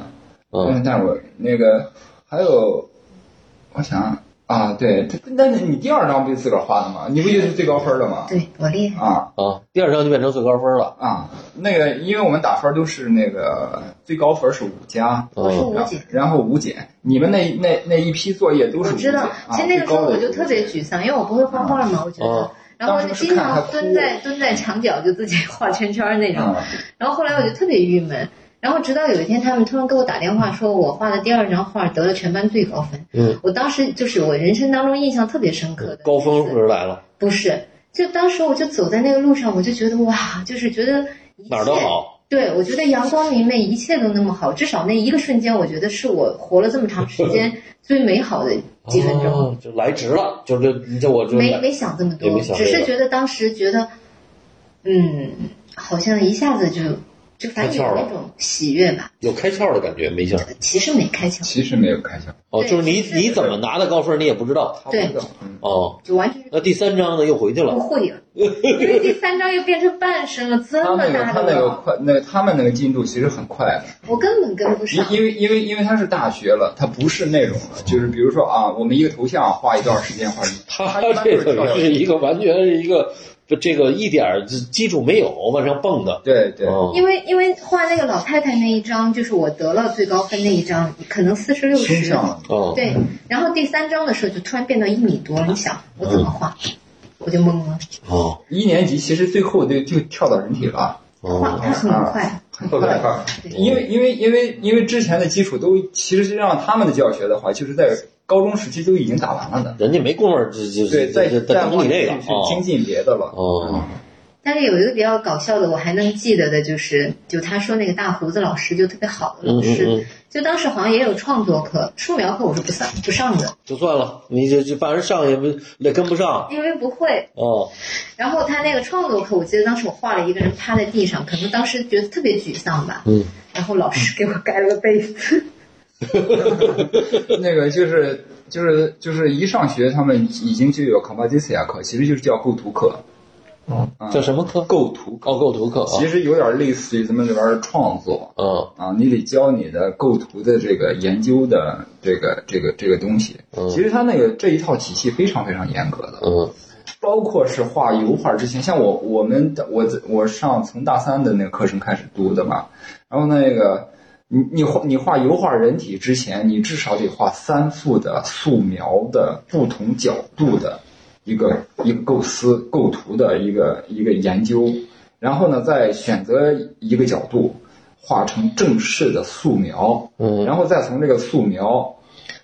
嗯
但是我那个还有，我想啊，啊，对，他那你第二张不就自个儿画的吗？你不就是最高分的 吗？
对，多厉害！
啊
啊，第二张就变成最高分了。
啊，那个，因为我们打分都是那个最高分是五加，
我是
嗯
五姐，
哦然后五减，你们那那那一批作业都是
我
五减
知道。
啊，
其实那个时候我就特
最
别
高的是五减
沮丧，因为我不会画画嘛，我觉得
啊。
然后我
哦
就经
当时是看他
常
哭
蹲在蹲在墙角就自己画圈圈那种。
啊
然后后来我就特别郁闷。然后直到有一天，他们突然给我打电话说，我画的第二张画得了全班最高分。
嗯，
我当时就是我人生当中印象特别深刻的
高峰
那次
时来了，
不是，就当时我就走在那个路上，我就觉得哇，就是觉得一切
哪儿都好。
对，我觉得阳光明媚，一切都那么好。至少那一个瞬间，我觉得是我活了这么长时 间最美好的几分钟。
哦，就来值了，就是这这我就
没没想这么
也
多，
没想这
只
个
是觉得当时觉得，嗯，好像一下子就就反正
开窍
有
了
那种喜悦吧。
有开窍的感觉，没想
其实没开窍，
其实没有开销，
哦，
对
就是你
是
你怎么拿的高分你也不知道
差不
对
多，嗯，
哦。
就完全是
那第三章呢又回去
不
了，
会了。因为第三章又变成半身了，这
他
么
那个
大
他
的
那个
了，
快，那个他们那个进度其实很快的。
我根本跟不
因
上。
因为因为因为他是大学了，他不是那种了，就是比如说啊，我们一个头像画一段时间，画一
他
一般都
这
是跳
等于是
跃
一个完全是一个不这个一点儿基础没有往上蹦的。
对对，
哦
因为因为画那个老太太那一张，就是我得了最高分那一张，可能四十六
倾
十
向，了。
哦，
对。然后第三章的时候就突然变到一米多了，你想我怎么画？我就懵了，
哦
一年级其实最后就就跳到人体了，
画
哦，
画很快，
很
特别
快。
快，
因为因为因为因为之前的基础都其实是让他们的教学的话，就是在高中时期都已经打完了的。
人家没工夫就就
对，
就
再
就
再
等
往
你这个
去嗯精
哦
进别的了。
哦
但是有一个比较搞笑的，我还能记得的就是，就他说那个大胡子老师就特别好的
嗯嗯
老师，
嗯，
就当时好像也有创作课，素描课我是不上不上的，
就算了，你就就反正上也不也跟不上
因为不会。
哦
然后他那个创作课，我记得当时我画了一个人趴在地上，可能当时觉得特别沮丧吧。
嗯。
然后老师给我盖了个被子。
那个就是就是就是一上学，他们已经就有 composition 课，其实就是叫构图课。啊
叫什么课？
构图课
哦，构图课啊，
其实有点类似于咱们这边的创作
嗯
啊，你得教你的构图的这个研究的这个这个这个东西。
嗯
其实它那个这一套体系非常非常严格的，
嗯
包括是画油画之前，像我我们的我我上从大三的那个课程开始读的嘛，然后那个你你画你画油画人体之前，你至少得画三幅的素描的不同角度的一个一个构思构图的一个一个研究，然后呢再选择一个角度画成正式的素描，
嗯，
然后再从这个素描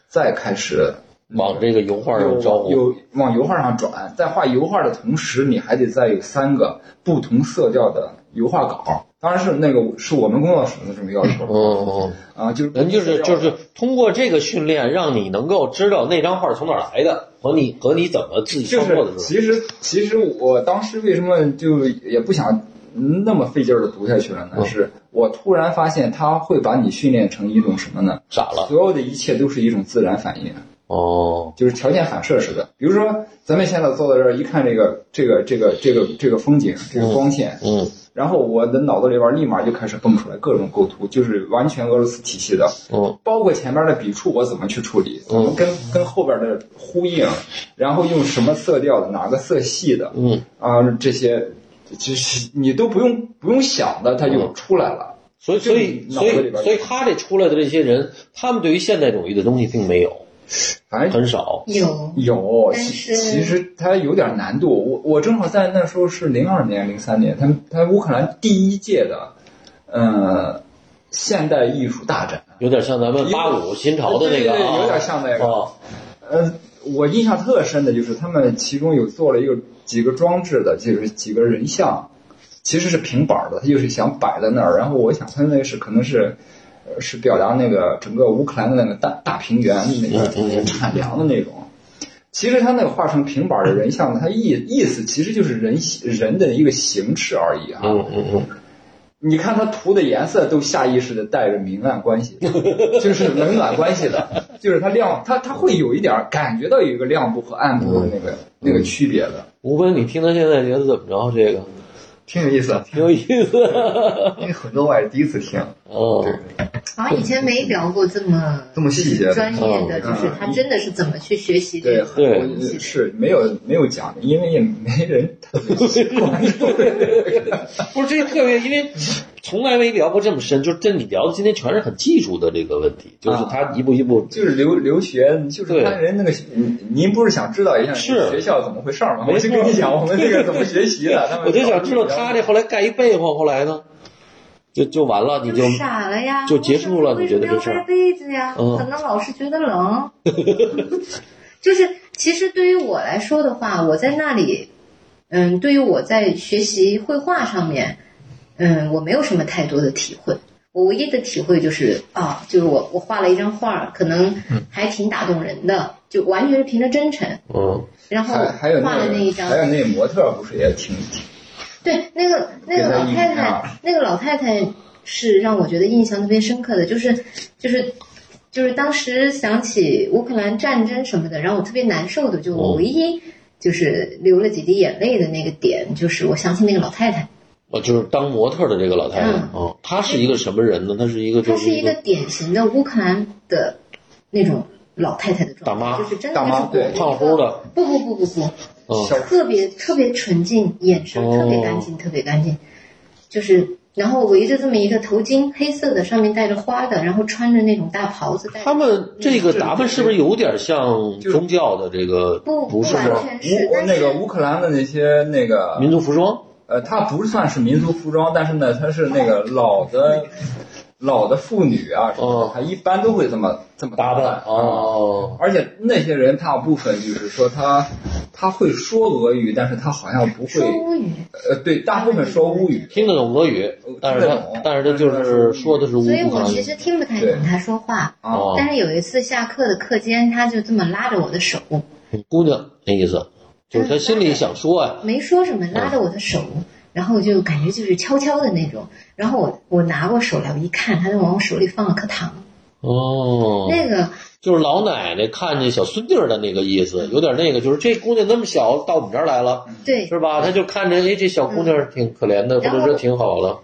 再开始
往这个油画上招呼，哦
有有往油画上转，在画油画的同时，你还得再有三个不同色调的油画稿。当然是那个是我们工作室的这么要
嗯
求
嗯嗯。
啊，就是
人就是就是通过这个训练，让你能够知道那张画从哪儿来的，和你和你怎么自己
就
创
是
作的时候，
其实其实我当时为什么就也不想那么费劲儿的读下去了呢？
嗯
是我突然发现它会把你训练成一种什么呢？
傻了。
所有的一切都是一种自然反应。
哦，
就是条件反射似的。比如说，咱们现在坐在这儿一看这个这个这个这个这个风景，这个光线，
嗯
然后我的脑子里边立马就开始蹦出来各种构图，就是完全俄罗斯体系的，
嗯
包括前面的笔触我怎么去处理，怎么跟跟后边的呼应，然后用什么色调的，哪个色系的
嗯，
啊，这些就是你都不用不用想的，它就出来了。
所以所以
这脑
所
子里
以
边儿
所以他这出来的这些人，他们对于现代主义的东西并没有
反正
很少。
有，
嗯有，
但
其
是
其实它有点难度。我我正好在那时候是零二年、零三年，他们他乌克兰第一届的，呃，现代艺术大展，
有点像咱们八五新潮的那个
对对
啊，
对有点像那个
啊，
呃，我印象特深的就是他们其中有做了一个几个装置的，就是几个人像，其实是平板儿的，他就是想摆在那儿。然后我想他那个是可能是。呃是表达那个整个乌克兰的那个大大平原那个
嗯嗯嗯
产粮的那种。其实他那个画成平板儿的人像，它意意思其实就是人人的一个形式而已啊。
嗯嗯嗯，
你看它涂的颜色都下意识的带着明暗关系， 就是冷暖关系的，就是它亮，它它会有一点儿感觉到有一个亮部和暗部的那个、那个区别的，
吴奔，你听到现在觉得怎么着？这个
嗯
挺有意思，啊
挺有意思。
因为很多我也是第一次听。
哦，
对，
好像以前没聊过这么
这么细节的
专业的，
嗯
就是他真的是怎么去学习这
对，
个。
很
东西
我是没有没有讲的，因为也没 人特别喜欢。
不是这特别，因为从来没聊过这么深，就是这你聊的今天全是很技术的这个问
啊
题，就是他一步一步
就是留留学，就是
对
看人那个，您您不是想知道一下
是
学校怎么回事儿吗？
没
我就
错
跟你讲我们这个怎么学习 的。他们
我就想知道他这后来盖一被后，后来呢，就就完了，你就
傻了呀，
就结束了
为什么
你觉得这事
要
儿
盖被子呀？
嗯
可能老师觉 得冷。就是其实对于我来说的话，我在那里，嗯，对于我在学习绘画上面，嗯，我没有什么太多的体会。我唯一的体会就是啊，就是我我画了一张画，可能还挺打动人的，就完全是凭着真诚。
嗯，
然后
还还有
画
那
了
个
一张，
还有那模特儿不是也挺挺
对，那个那个老太
给他印象
太，
啊
那个老太太是让我觉得印象特别深刻的，就是就是就是当时想起乌克兰战争什么的，让我特别难受的，就
哦
我唯一就是流了几滴眼泪的那个点，就是我想起那个老太太，
我就是当模特的这个老太太
嗯
啊，她是一个什么人呢？她是一个
她
就是
一个典型的乌克兰的那种老太太的
大
状态，
妈
就是真的
大
是
妈对
胖乎的，
不不不不不，
嗯
小
特别特别纯净，眼神
哦
特别干净，特别干净，就是然后围着这么一个头巾，黑色的，上面带着花的，然后穿着那种大袍子，带着
他们这个打扮是不是有点像宗教的这个？
不
不是
完
吗？
全是，
乌
但
那
是
个乌克兰的那些那个
民族服装
呃，它不算是民族服装，但是呢，它是那个老的老的妇女啊什么
哦
的，她一般都会这么这么
打扮
扮啊。
哦，
而且那些人大部分就是说他他会说俄语，但是他好像不会
说乌语，
呃，对，大部分说乌语，
听得懂俄语，但是
听得
他
懂
但是他就是说的是乌
所以
克
我
兰
其
语
实听不太懂
对
他说话。
哦，
但是有一次下课的课间，他就这么拉着我的手，
姑娘那意思
嗯
就是他心里想说呀，
没说什么，拉着我的手，
哦
然后我就感觉就是悄悄的那种。然后我我拿过手来，我一看，他就往我手里放了颗糖，
哦，
那个
就是老奶奶看见小孙女儿的那个意思，有点那个，就是这姑娘那么小到我们这儿来了，
对，嗯
是吧？她就看着，哎，这小姑娘挺可怜的，或
然
者
后
说挺好的。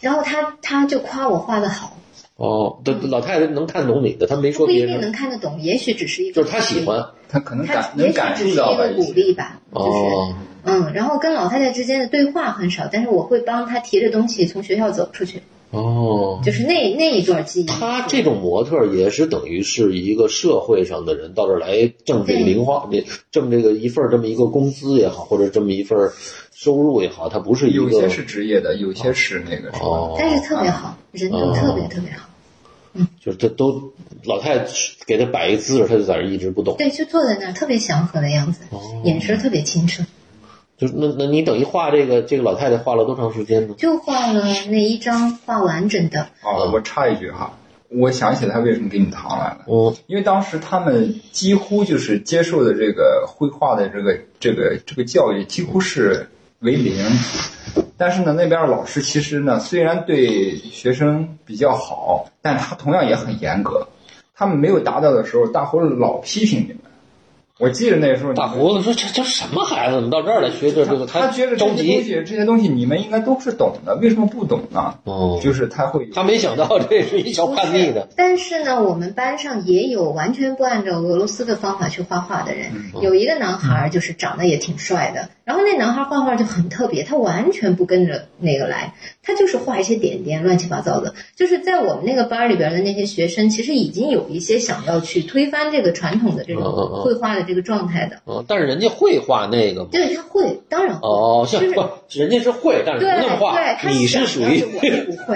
然后他他就夸我画的好，
哦，对，老太太能看懂你的，她没说
不一
别
定能
人，
看得懂，也许只是一
就
个
是她喜
鼓励，
欢。
他可能
他
感
也
能
许
感
只
受
是一
到吧
个，鼓励吧，就是
哦，
嗯，然后跟老太太之间的对话很少，但是我会帮她提着东西从学校走出去，
哦，
就是那那一段记忆。
她这种模特儿也是等于是一个社会上的人到这儿来挣这个
对
零花，挣这个一份儿这么一个工资也好，或者这么一份儿收入也好，她不是一
有
个
些是职业的，有些是那个什么。
哦，
但是特别好，人都特别特别好，
就是她都老太太给她摆一姿势，她就在那儿一直不动。
对，就坐在那儿特别祥和的样子，
哦
眼神特别清澈。
就是那那你等于画这个这个老太太画了多长时间呢？
就画了那一张画完整的，
哦，我插一句哈，我想起他为什么给你糖来了。
嗯，
因为当时他们几乎就是接受的这个绘画的这个这个这个教育几乎是为零，但是呢，那边老师其实呢，虽然对学生比较好，但他同样也很严格。他们没有达到的时候，大伙儿老批评你们。我记得那时候你们
大胡子说这这什么孩子，怎么到这儿来学这这个？
他觉得这
着
些东西
急，
这些东西你们应该都是懂的，为什么不懂呢？
哦，
就是他会有
他没想到这是一小叛逆哦的，
但是呢，我们班上也有完全不按照俄罗斯的方法去画画的人。
嗯
有一个男孩儿就是长得也挺帅的，然后那男孩儿画画就很特别，他完全不跟着那个来，他就是画一些点点乱七八糟的。就是在我们那个班儿里边的那些学生，其实已经有一些想要去推翻这个传统的这
嗯嗯嗯
种绘画的这个状态的。
嗯，但是人家会画那个嘛。
对，他会，当然会。
哦，像
就是
不，人家是会，但是
对
不那么
对，
画。
他
你
想
是
要
属于
我就不会。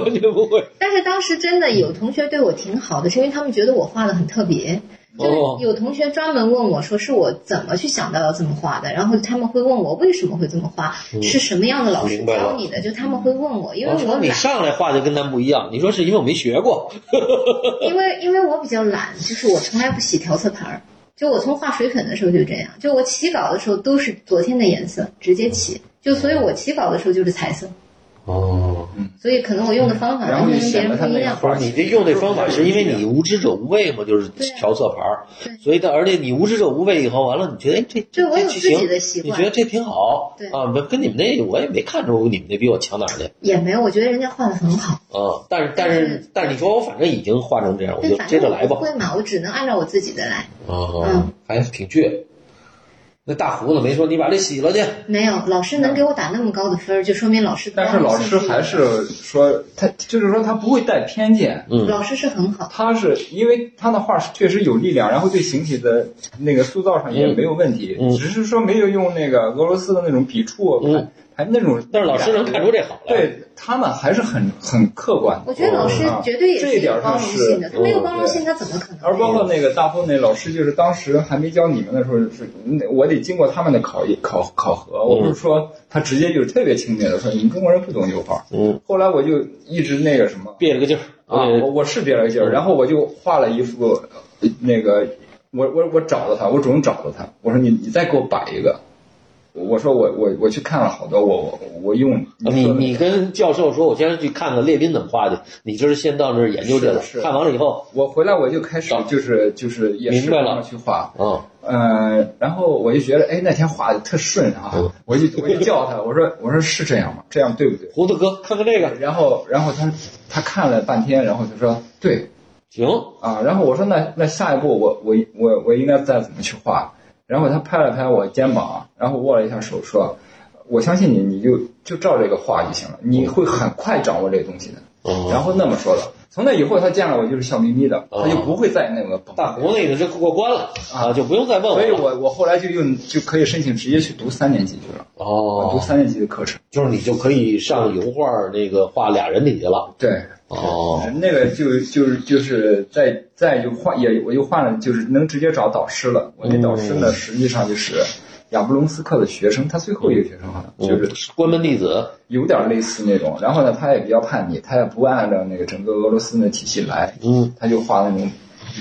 完全不会。
但是当时真的有同学对我挺好的，是因为他们觉得我画的很特别。
哦
就是有同学专门问我说，是我怎么去想到要这么画的？然后他们会问我为什么会这么画，是什么样的老
嗯
师
明白了
教你的？就他们会问我，因为
我
我
说哦你
懒，
上来画就跟咱不一样，你说是因为我没学过。
因为因为我比较懒，就是我从来不洗调色盘儿。就我从画水粉的时候就这样，就我起稿的时候都是昨天的颜色直接起，就所以我起稿的时候就是彩色。
哦，
所以可能我用的方法
嗯然后
完
就
全
显
跟别
得
人
他
不一
那
样
个。
不
花
是你这用这方法，是因为你无知者无畏嘛，就是
对啊
调色盘儿
对。
所以的，而且你无知者无畏以后，完了，你觉得哎，这
对我有
这
自
这行
己的习
你
惯
觉得这挺好
对
啊？跟你们那我也没看出你们那比我强哪儿去
也没有，我觉得人家画的很好，
啊。但是但是但是你说我反正已经画成这样，我
但
就
嗯反
接
正
着
我
来
不
吧。
会嘛，我只能按照我自己的来。
啊
嗯，
还挺倔。那大胡子没说你把这洗了去，
没有，老师能给我打那么高的分儿，就说明老师对
但是
我
老
兴
师
趣
还是说他，就是说他不会带偏见，
嗯
老师是很好，
他是因为他的画是确实有力量，然后对形体的那个塑造上也没有问题，
嗯嗯
只是说没有用那个俄罗斯的那种笔触，
嗯
还还那种，
但是老师能看出这好来。
对他们还是很很客观
我觉得老师
嗯
绝对也
这
是
一点
有
儿
包
上
容
是哦
性的，他没有
嗯
包容性，
对
他怎么可能？
而包括那个大风那老师，就是当时还没教你们的时候，就是那我得经过他们的考验考考
嗯
核。我不是说他直接就是特别轻蔑的说你们中国人不懂油画。
嗯，
后来我就一直那个什么
憋了个劲儿，
啊，
我
我
得
我是憋了个劲
嗯
儿，然后我就画了一幅呃那个，我我我找到他，我主动找到他，我说你你再给我摆一个。我说我我我去看了好多，我我我用
哦你
说的
你跟教授说，我先去看看列宾怎么画去。你这是先到那儿研究这个，
是是
看完了以后，
我回来我就开始就是就是也
明
是
白了
去画，
啊，
呃，然后我就觉得，哎，那天画的特顺啊，
嗯
我就我就叫他，我说我说是这样吗？这样对不对？
胡子哥，看看这个，
然后然后他他看了半天，然后他说对
行，
啊，然后我说那那下一步我我我我应该再怎么去画？然后他拍了拍我肩膀，然后握了一下手说，我相信你，你就就照这个画就行了，你会很快掌握这个东西的。
哦
然后那么说的，从那以后他见了我就是笑眯眯的，
哦
他就不会再那个
大胡子也是过关了啊，就不用再问我
所以
了。
我我后来就用就可以申请直接去读三年级去了，我
哦
读，三年级的课程。
就是你就可以上油画那个画俩人体去了。
对，
哦，
那个就就是就是再再就换也我又换了，就是能直接找导师了。我那导师
嗯
呢，实际上就是亚布隆斯克的学生，他最后一个学生好像就是
嗯关门弟子，
有点类似那种。然后呢，他也比较叛逆，他也不按照那个整个俄罗斯的体系来，
嗯
他就画那种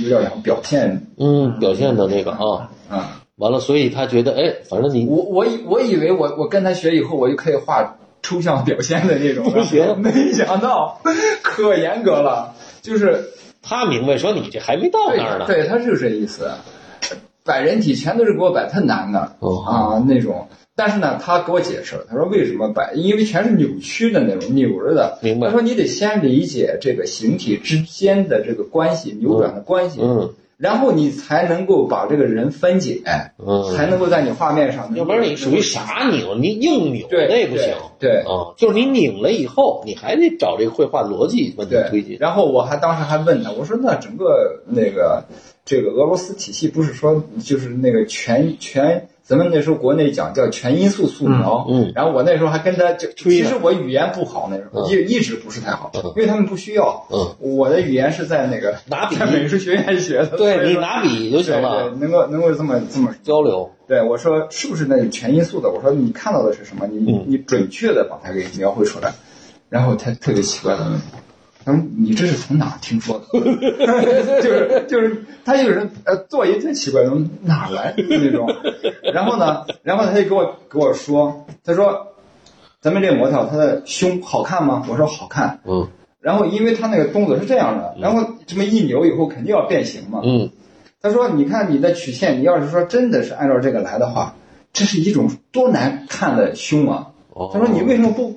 有点像表现
嗯，表现的那个啊，
啊。
完了，所以他觉得，哎，反正你
我我以我以为我我跟他学以后，我就可以画抽象表现的那种了，
不行
没想到可严格了，就是
他明白说你这还没到那儿
对
呢。
对，他就是这意思，摆人体全都是给我摆特难的、
哦
啊那种。但是呢，他给我解释了，他说为什么摆，因为全是扭曲的那种扭着的。
明白
他说你得先理解这个形体之间的这个关系，扭转的关系，
嗯
然后你才能够把这个人分解，才
嗯，
能够在你画面上能够。
要不然你属于啥扭？你硬扭
对
那也不行。
对对
啊，就是你拧了以后，你还得找这个绘画逻辑问题推
对
进，。
然后我还当时还问他，我说那整个那个这个俄罗斯体系不是说就是那个全全，咱们那时候国内讲叫全因素素描，
嗯嗯
然后我那时候还跟他就，
吹
其
呢
实我语言不好那时候，
嗯
一一直不是太好，
嗯
因为他们不需要，
嗯
我的语言是在那个
拿笔
在美术学院学的，所
对
以
你
说
拿笔就行
对
了，
对，能够能够这么这么
交流。
对，我说是不是那全因素的？我说你看到的是什么？你
嗯
你准确的把它给描绘出来。然后他特别奇怪的问我，他说你这是从哪儿听说的？ 就是就是他就是呃做一最奇怪的东西哪儿来的那种。 然后呢，然后他就给我给我说，他说咱们这模特她的胸好看吗？我说好看。
嗯
然后因为他那个动作是这样的，然后这么一扭以后肯定要变形嘛。
嗯，
他说：“你看你的曲线，你要是说真的是按照这个来的话，这是一种多难看的胸啊！”
哦
他说：“你为什么不？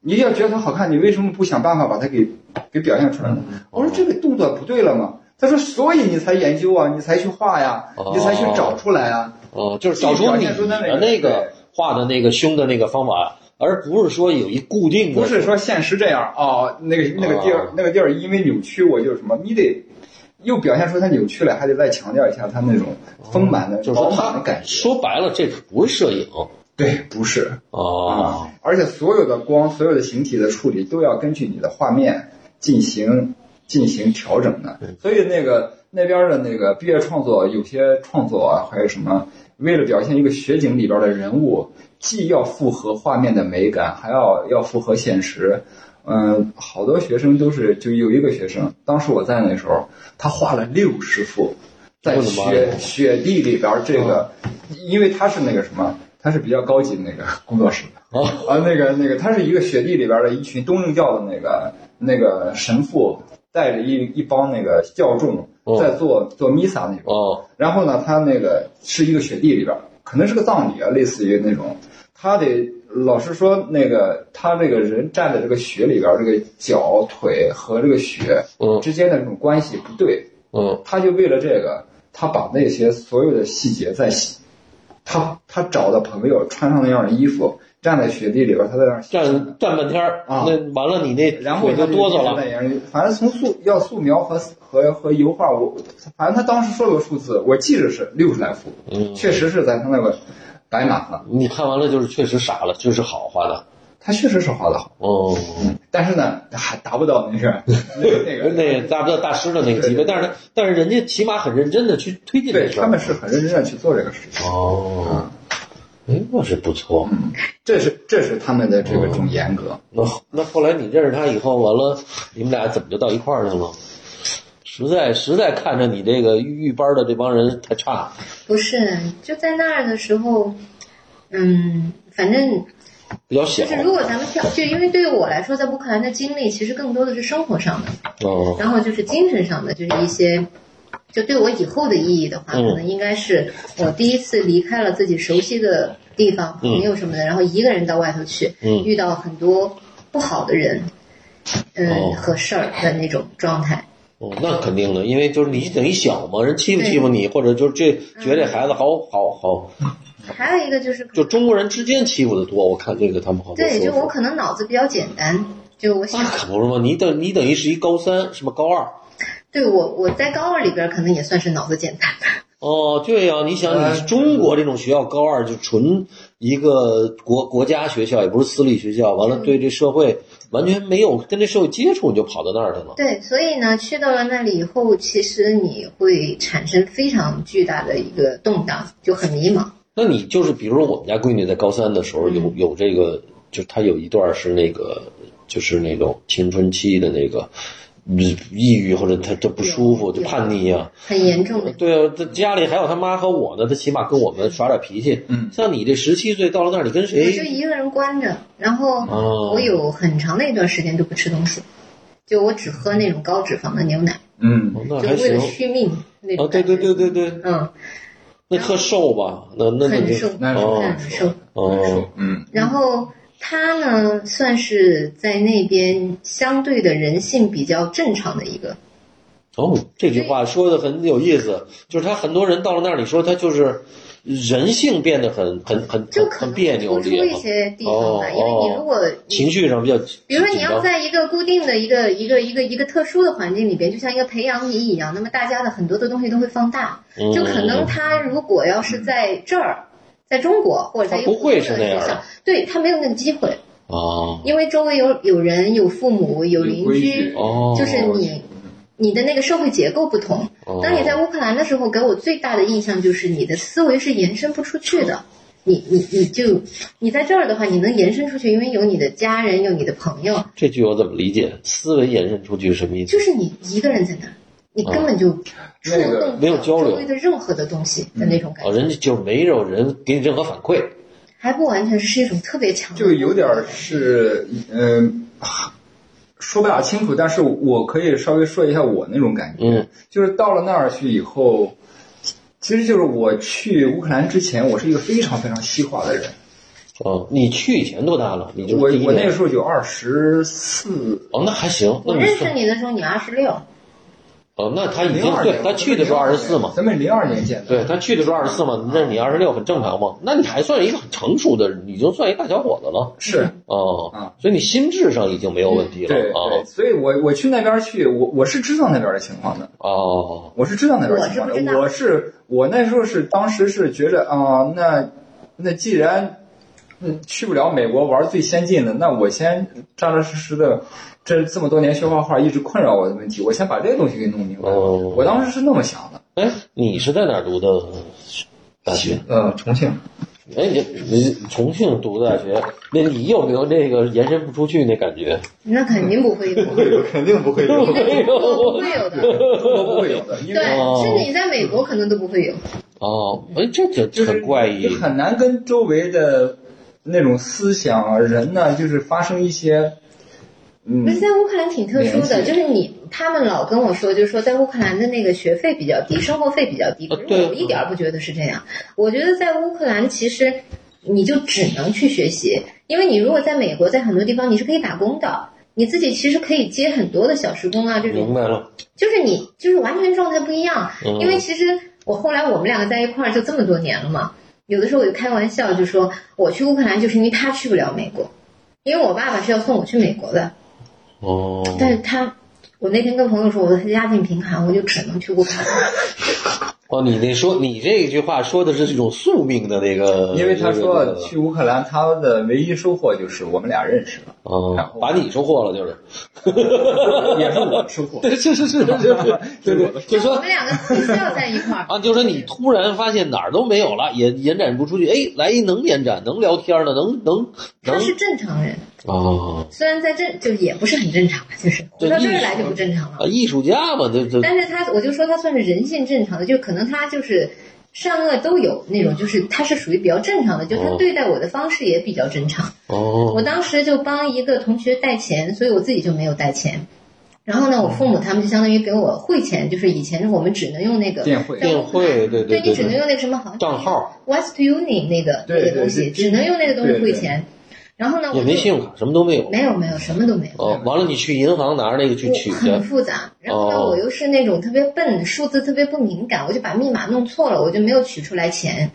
你要觉得它好看，你为什么不想办法把它给给表现出来呢？”
嗯
我说：“这个动作不对了嘛。”他说：“所以你才研究啊，你才去画呀，
哦
你才去找出来啊。
哦，就是找出你的那个画的那个胸的那个方法，而不是说有一固定的。
不是说现实这样哦，那个那个地儿、
哦
那个地儿因为扭曲，我就什么，你得又表现出它扭曲来，还得再强调一下它那种丰满的、
哦就是
饱
说
满
他
的感觉。
说白了，这不是摄影
对，不是。”
哦
啊，而且所有的光、所有的形体的处理都要根据你的画面进行进行调整的。所以那个那边的那个毕业创作，有些创作啊，还有什么，为了表现一个雪景里边的人物，既要符合画面的美感，还要要符合现实。嗯，好多学生都是，就有一个学生，当时我在那时候，他画了六十幅，在
我的妈呀嗯
雪雪地里边儿这个，因为他是那个什么，他他是比较高级的那个工作室的
哦
啊，那个那个，他是一个雪地里边的一群东正教的那个那个神父，带着一一帮那个教众
哦
在做做弥撒那种。
哦，
然后呢，他那个是一个雪地里边儿，可能是个葬礼啊，类似于那种，他得老实说，那个他这个人站在这个雪里边儿，这个脚腿和这个雪
嗯
之间的这种关系不对，
嗯
他就为了这个，他把那些所有的细节在细，他他找的朋友穿上那样的衣服，站在雪地里边儿，他在那儿
站站半天儿
啊
那完了你那
然后
腿
他
就哆嗦
一直在
了。
研究反正从素要素描和和和油画，我反正他当时说了个数字，我记着是六十来幅，
嗯
确实是在他那个白马了，
你看完了就是确实傻了，确实好画的。
他确实是画的好，
哦，
但是呢，还达不到那 个那个那个
那大不到大师的那个级别，但是但是人家起码很认真的去推进这
对
事儿。
他们是嗯很认真的去做这个事情，
哦，哎，那是不错。
这是这是他们的这个种严格。
那那后来你认识他以后，完了你们俩怎么就到一块儿去了？实在实在看着你这个豫班的这帮人太差，
不是，就在那儿的时候，嗯，反正
比较小
就。是如果咱们跳，就因为对于我来说，在乌克兰的经历其实更多的是生活上的，
哦，
然后就是精神上的，就是一些，就对我以后的意义的话，
嗯
可能应该是我第一次离开了自己熟悉的地方、
嗯
朋友什么的，然后一个人到外头去，
嗯
遇到很多不好的人，嗯、
哦
和事儿的那种状态。
哦，那肯定的，因为就是你等于小嘛，人欺负欺负你，或者就是这
嗯
觉得这孩子好好好，
还有一个就是可能
就中国人之间欺负的多。我看这个他们好多
对，
说哦
就我
法。
可能脑子比较简单，就我想
那，可不是嘛，你等你等于是一高三，什么高二？
对我我在高二里边可能也算是脑子 简单的，
哦，对呀、你想，你是中国这种学校高二就纯一个国国家学校，也不是私立学校，完
嗯
了对这社会完全没有跟这社会接触，你就跑到那儿去了。
对，所以呢，去到了那里以后，其实你会产生非常巨大的一个动荡，就很迷茫。
那你就是，比如说我们家闺女在高三的时候
嗯
有有这个，就是她有一段是那个，就是那种青春期的那个。嗯抑郁或者她她不舒服，就
有
叛逆呀、
很严重的。
对啊，这家里还有他妈和我呢，他起码跟我们耍点脾气。
嗯
像你这十七岁到了那儿，你跟
我就
谁？
一个人关着，然后
哦，
我有很长的一段时间都不吃东西，就我只喝那种高脂肪的牛奶，
嗯，
哦那
就
还
为了
行。
续命那
啊，
种
对
感觉。
对对对对，
嗯，
那特瘦吧？那那那
很
就
瘦，
那是
哦
很瘦。
哦，
嗯，
然后他呢，算是在那边相对的人性比较正常的一个，
哦，这句话说的很有意思，就是他很多人到了那儿，你说他就是人性变得很很很
就
很
可
很
能
别扭
突出一
了，
些地方
哦
吧。因为你如果
情
你，
绪上比较
比如说你
紧
要
张。
在一个固定的一个一个一个一个特殊的环境里边，就像一个培养皿一样，那么大家的很多的东西都会放大。就可能
嗯
他如果要是在这儿，在中国或者在一个
他不会是
普通
那
的
样
学
的
校，对他没有那个机会，
哦
因为周围有有人、有父母、有邻
规
居
矩，
哦，
就是你你的那个社会结构不同。
哦
当你在乌克兰的时候，给我最大的印象就是你的思维是延伸不出去的。你你你就你在这儿的话，你能延伸出去，因为有你的家人，有你的朋友，
这句我怎么理解？思维延伸出去是什么意思
就？是你一个人在那儿，你根本就触
那个
动不
没有
了
交流
周围的任何的东西的那种感
哦，
觉，
人家就没有人给你任何反馈。
还不完全是一种特别强的，
就有点儿是，嗯、说不大清楚，但是我可以稍微说一下我那种感觉，
嗯
就是到了那儿去以后，其实就是我去乌克兰之前，我是一个非常非常西化的人，
哦，你去以前多大了？你就
我
是第一
我那个
年
时候就二十四，
哦，那还行。那
我
你
认
算
识你的时候，你二十六，
哦，那他已
零
经
二
对
年
他去的时候二十四嘛，
咱们零二年见的，
对他去的时候二十四嘛，那你二十六很正常嘛。那你还算一个很成熟的，已经算一大小伙子了
是。
哦。
啊
所以你心智上已经没有问题了啊
对对，所以我我去那边去，我我是知道那边的情况的，
哦哦
我是知道那边情况
我是不知
的。
道
我是我那时候是当时是觉着啊、那那既然嗯去不了美国玩最先进的，那我先扎扎实实的，这这么多年学画画一直困扰我的问题，我先把这个东西给弄明白。
哦
我当时是那么想的。
哎，你是在哪儿读的大学？
呃，重庆
哎，你你重庆读的大学，那你有没有那个延伸不出去那感觉？
那肯定不会有，
肯定不 会有。
你在中国不会有的，
中国不会有的，因为
对，甚至你在美国可能都不会有，
哦，哎，这
就
就是很怪异
就。很难跟周围的那种思想啊、人呢、就是发生一些，
不是
嗯，
在乌克兰挺特殊的，
联系
就是你他们老跟我说，就是说在乌克兰的那个学费比较低，生活费比较低。
哦
啊
可是
对
我一点儿不觉得是这样，我觉得在乌克兰其实你就只能去学习，因为你如果在美国，在很多地方你是可以打工的，你自己其实可以接很多的小时工啊，这种
明
嗯
白了，
就是你就是完全状态不一样。
嗯
因为其实我后来我们两个在一块儿就这么多年了嘛，有的时候我就开玩笑就说我去乌克兰就是因为他去不了美国，因为我爸爸是要送我去美国的，
哦，
但是他。我那天跟朋友说，我说他家境贫寒，我就只能去乌克兰。
哦，你那说你这句话说的是这种宿命的那个，
因为他
那
说
个
去乌克兰，他的唯一收获就是我们俩认识了，然
哦
后，
把你收获了 就是，
也是我收获。
对，是是是是 是，对对， 就
我
说
们两个必须要在一块儿。
啊，就说你突然发现哪儿都没有了，延延展不出去，哎，来一能延展、能聊天的，能能
他
能
是正常人，
哦
虽然在这就也不是很正常吧，就是回到这儿来就不正常了
啊，。艺术家嘛，这这
但是他，我就说他算是人性正常的，就可能他就是善恶都有那种，就是他是属于比较正常的，就他
哦
对待我的方式也比较正常。
哦
我当时就帮一个同学带钱，所以我自己就没有带钱。然后呢，我
哦
父母他们就相当于给我汇钱，就是以前我们只能用那个
电汇
电汇，对
对
对
你只能用那个什么好像
账号
West Union 那个
对
那个东
对
西，
对
只能用那个东西
对
汇
对
钱。然后呢，
也
我
没
就
信用卡，什么都没有。
没有没有什么都没有。
哦，完了，你去银行拿着那个去
我
取
很
去。
复杂。然后呢，
哦
我又是那种特别笨，数字特别不敏感，我就把密码弄错了，我就没有取出来钱。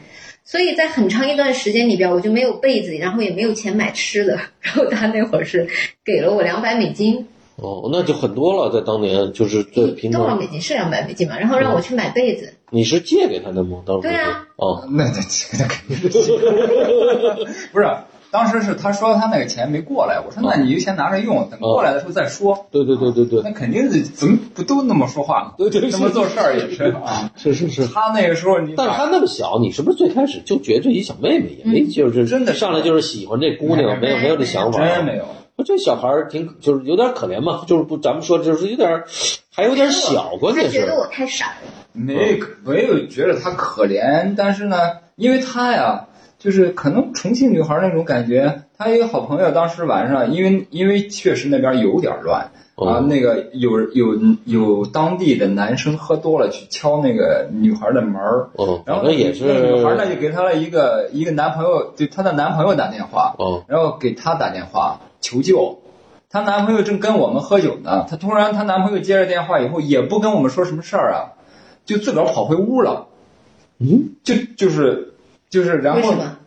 所以在很长一段时间里边，我就没有被子，然后也没有钱买吃的。 然后他那会儿是给了我两百美金，
哦，那就很多了，在当年就是在平嗯
多少
常，
美金是两百美金嘛？然后让我去买被子，
你是借给他的吗？当时
对啊
是哦，
那那那肯定 是，不是。当时是他说他那个钱没过来，我说
嗯
那你就先拿着用，等过来的时候再说。
对对对对对
那肯定是怎么不都那么说话吗？
嗯对对，
那么做事儿也是啊。
是是是。
他那个时候你
但是他那么小，你是不是最开始就觉得这一小妹妹也没，就是
嗯真的是
上来就是喜欢这姑娘，没
没
有没有这想法。
真没有，
这小孩儿挺就是有点可怜嘛，就是不咱们说就是有点儿还有点小，关
他
键
觉
是
得我太傻了。
没
嗯
没有觉得他可怜，但是呢，因为他呀，就是可能重庆女孩那种感觉。他一个好朋友当时晚上，因为因为确实那边有点乱啊，
哦
那个有有有当地的男生喝多了去敲那个女孩的门儿，
哦，
然
反
后
正也
那女孩呢
是
就给她的一个一个男朋友，就她的男朋友打电话，
哦
然后给她打电话求救。她男朋友正跟我们喝酒呢，她突然她男朋友接着电话以后，也不跟我们说什么事儿啊，就自个儿跑回屋了，
嗯，
就就是就是，然
为
后
什么？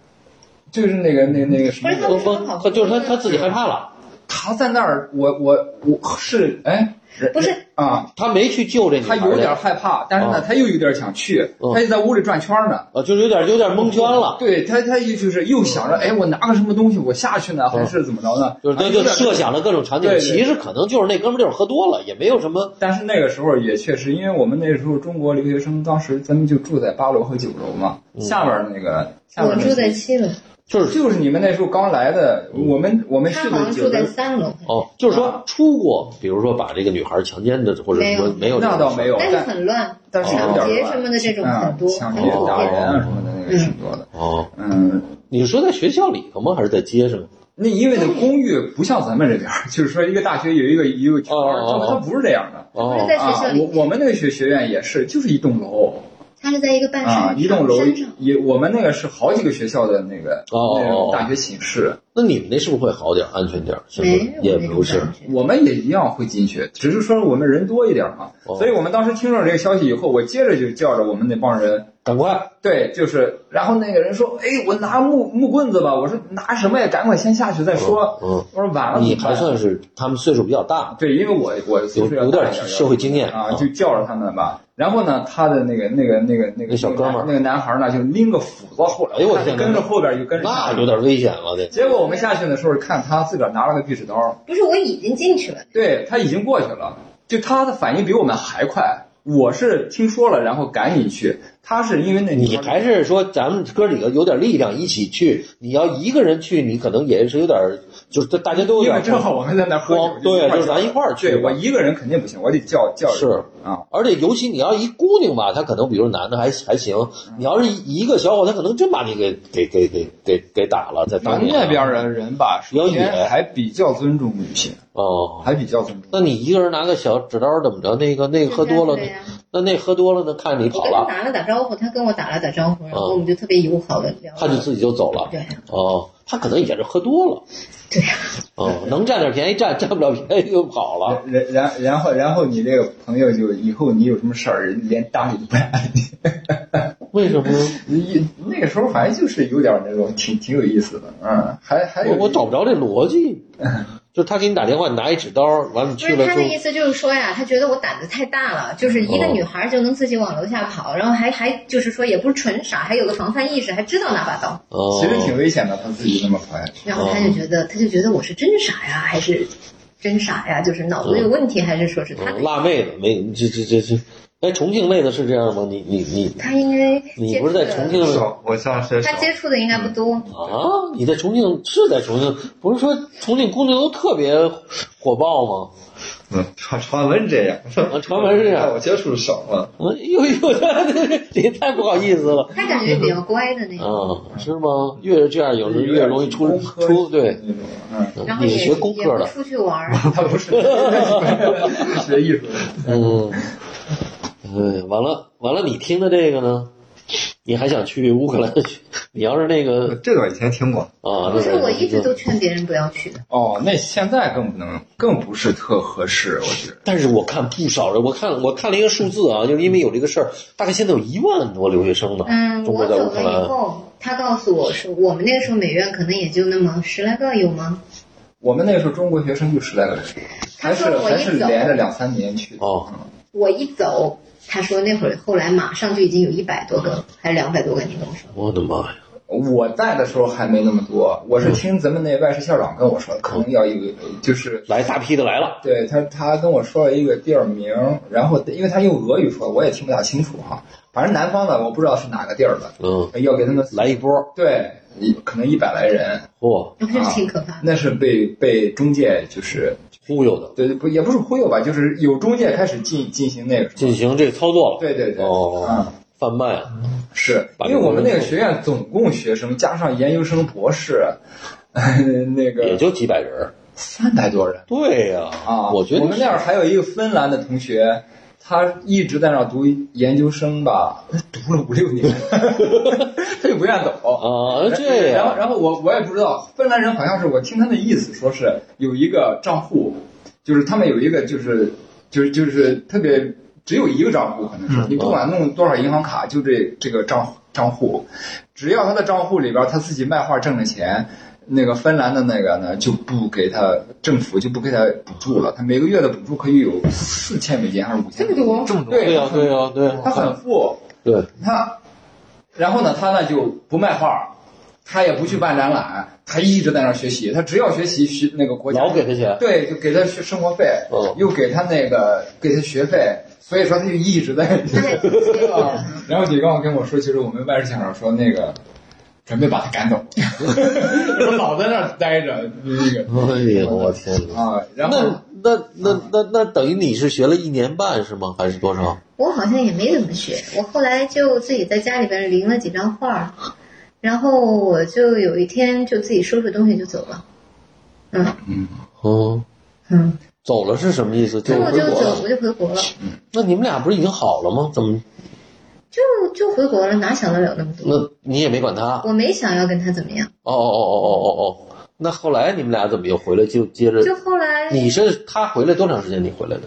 就是那个那个嗯那个什么
不，是
我我他就是他他自己害怕了，
她在那儿，我我我是哎，人
不是
人啊，
他没去救这女
她
孩儿
有
的，
点害怕，但是呢，
哦
她又有点想去
嗯，
她就在屋里转圈呢。
啊，就是有点有点蒙圈了，
对他，他又就是又想着，哎，我拿个什么东西，我下去呢，还是怎么着呢？
就是他
啊
就
有点
设想了各种场景，
对对对
其实可能就是那哥们儿就是喝多了，也没有什么
但是那个时候也确实，因为我们那时候中国留学生，当时咱们就住在八楼和九楼嘛，
嗯
下边那个下
我
边
住在
那
七楼，
就是
就是你们那时候刚来的，
嗯
我们我们
他
是
好
的
像
九
住在
楼，
三楼，
哦，就是
啊
说出过，比如说把这个女孩强奸的或者什么
没
没有这
那
种
倒
事儿
没有，
但是
但
很乱，
但是有
抢
点
劫
乱
什么的这种很
嗯
多，
抢
很
劫
普
打
遍
人啊什么的那个挺多的，
哦，
嗯。
你是说在学校里头吗？还是在街上？
那因为那公寓不像咱们这边儿， 就是说一个大学有一个一个圈儿，
哦哦哦
它不是这样的。
不是
哦
在学
啊
校，
我
里，
我们那个学学院也是，就是一栋楼
他是在一个半山
啊，
上
一栋楼
山上
也，我们那个是好几个学校的那个
哦
那
哦
种大学寝室，
那你们那是不是会好点儿、安全点儿？是不
没
是
有
也
那
不
种
是
感觉。
我们也一样会进去，只是说我们人多一点嘛。
哦
所以我们当时听到这个消息以后，我接着就叫着我们那帮人，
赶快
对，就是，然后那个人说：“哎，我拿木木棍子吧。”我说：“拿什么呀？赶快先下去再说。
嗯，
我说：“晚了。”
你还算是他们岁数比较大，
对，因为我我岁数要
有有
大
点
一
社会经验
啊，
啊
就叫着他们吧。然后呢，他的那个那个那个那
那
个
小哥们儿
那个男孩儿呢，就拎个斧子后来，
哎呦我
他就
天哪
跟着后边就跟着下
那
去
有点危险了。这
结果我们下去的时候，看他自个儿拿了个锯齿刀，
不是，我已经进去了。
对他已经过去了，就他的反应比我们还快。我是听说了，然后赶紧去，他是因为那
你还是说咱们哥几个有点力量一起去？你要一个人去，你可能也是有点儿，就是大家都有
因
点
为
儿
正好我们在那儿喝酒
慌，，对，就是咱一块儿去
对
吧
我。一个人肯定不行，我得叫叫人
是
啊，
而且尤其你要一姑娘吧，她可能比如男的还还行，你要是一个小伙，他可能真把你给给给给给给打了，在当
咱们
年啊
那边的人吧，首先
有你
还比较尊重女性，
哦。
还比较尊重。
那你一个人拿个小纸刀怎么着？那个那个喝多了
对，呀、
那那喝多了呢，看你
我
跑
跟他
了，嗯
打了打招呼，他跟我打了打招呼，然后我们就特别友好的聊了。
他就自己就走了。
对呀
哦，他可能也是喝多了。
对啊呀、
哦，能占点便宜占，占不了便宜就跑了。
然然然后然后你这个朋友就以后你有什么事儿，连搭理都不 搭
为什么呢？
理。一那个时候还就是有点那种挺挺有意思的，嗯，还还有
我我找不着这逻辑，就是他给你打电话，你拿一纸刀，完了
不
去
是
了
他
就
的意思就是说呀，他觉得我胆子太大了，就是一个
哦
女孩就能自己往楼下跑，然后还还就是说也不是纯傻，还有个防范意识，还知道拿把刀。
哦
其实挺危险的，他自己那么跑下去。
然
嗯
后他就觉得，他就觉得我是真傻呀，还是真傻呀？就是脑子有问题，还是说是他
嗯辣妹子没这这这这，哎，重庆妹子是这样吗？你你你
他应该
你
接
不
触
是在重
的，
庆
我上我上学
他
少
接触的应该不多。
啊？你在重庆是在重庆？不是说重庆姑娘都特别火爆吗？
嗯，传传闻这样，
啊传闻是这样
但我接触的少啊。
嗯，呦呦，这也太不好意思了。
他感觉比较乖的那种，
啊，是吗？越是这样，有时候越容易出出对。
那种，嗯，
嗯
然后
你
也
是学工
也
科
不
的，
出去玩儿，
他不是学艺术的，
嗯，嗯，完了完了，你听的这个呢？你还想去乌克兰去？你要是那个
这个我以前听过，
啊，
不是
那个
我一直都劝别人不要去的。
哦，那现在更不能，更不是特合适，我觉得。
但是我看不少人，我看我看了一个数字
嗯
啊，就是因为有这个事儿，大概现在有一万多留学生呢。
嗯，
啊中
我
国在
走
乌克
了以
兰，
后，他告诉我说，我们那个时候每院可能也就那么十来个有吗？
我们那时候中国学生就十来个人，
他
还
说
是
我
还是
一走，
连着两三年去的。
哦，
我一走，他说那会儿后来马上就已经有一百多个，还是两百多个，你跟我说。
我的妈呀！
我在的时候还没那么多，我是听咱们那外事校长跟我说，可能要有，就是
来大批的来了，
对他他跟我说了一个地儿名，然后因为他用俄语说，我也听不大清楚哈。反正南方的我不知道是哪个地儿的，
嗯，
要给他们
来一波，
对，一可能一百来人，
嚯，
那不就是挺可怕的？
那是被被中介就是
忽悠的，
对不也不是忽悠吧，就是有中介开始进进行那个什么，
进行这个操作了。
对对对，
哦
啊，
贩卖啊，
是
把
因为
这个
我们
人
那个
送
学院总共学生加上研究生、博士， 那
也
个
就几百人儿。
三百多人
对呀，
啊。
我觉得
我们那儿还有一个芬兰的同学，他一直在那儿读研究生吧，读了五六年， 他就不愿走。
啊，这
然后，
样
然后我我也不知道，芬兰人好像是我听他的意思，说是有一个账户，就是他们有一个就是就是就是特别只有一个账户，可能是、你不管弄多少银行卡，就这这个账户账户，只要他的账户里边他自己卖画挣的钱。那个芬兰的那个呢，就不给他政府就不给他补助了，他每个月的补助可以有四千美金还是五千？
这么多
这么多？
对
对
呀，对呀，对
他
呀，
很富，
对，
他，然后呢，他呢就不卖画，他也不去办展览，他一直在那儿学习，他只要学习学那个国家，
老给他钱。
对，就给他哦学生活费，
嗯
又给他那个给他学费，所以说他就一直在。 啊
对
然后你刚刚跟我说，其实我们外事校长说那个。准备把他赶走， 说老在那儿待着，那个
哎呀，我天哪！
啊，然后
那那那那那等于你是学了一年半是吗？还是多少？
我好像也没怎么学，我后来就自己在家里边临了几张画儿，然后我就有一天就自己收拾东西就走了。嗯
嗯，
嗯，
走了是什么意思？就
然后
回
啊就
国
走，
了。
我就回国了，
那你们俩不是已经好了吗？怎么？
就就回国了，哪想得了那么多？
那你也没管他？哦
我没想要跟他怎么样，
哦哦哦哦哦哦。那后来你们俩怎么又回来？就接着，
就后来
你是他回来多长时间？你回来的？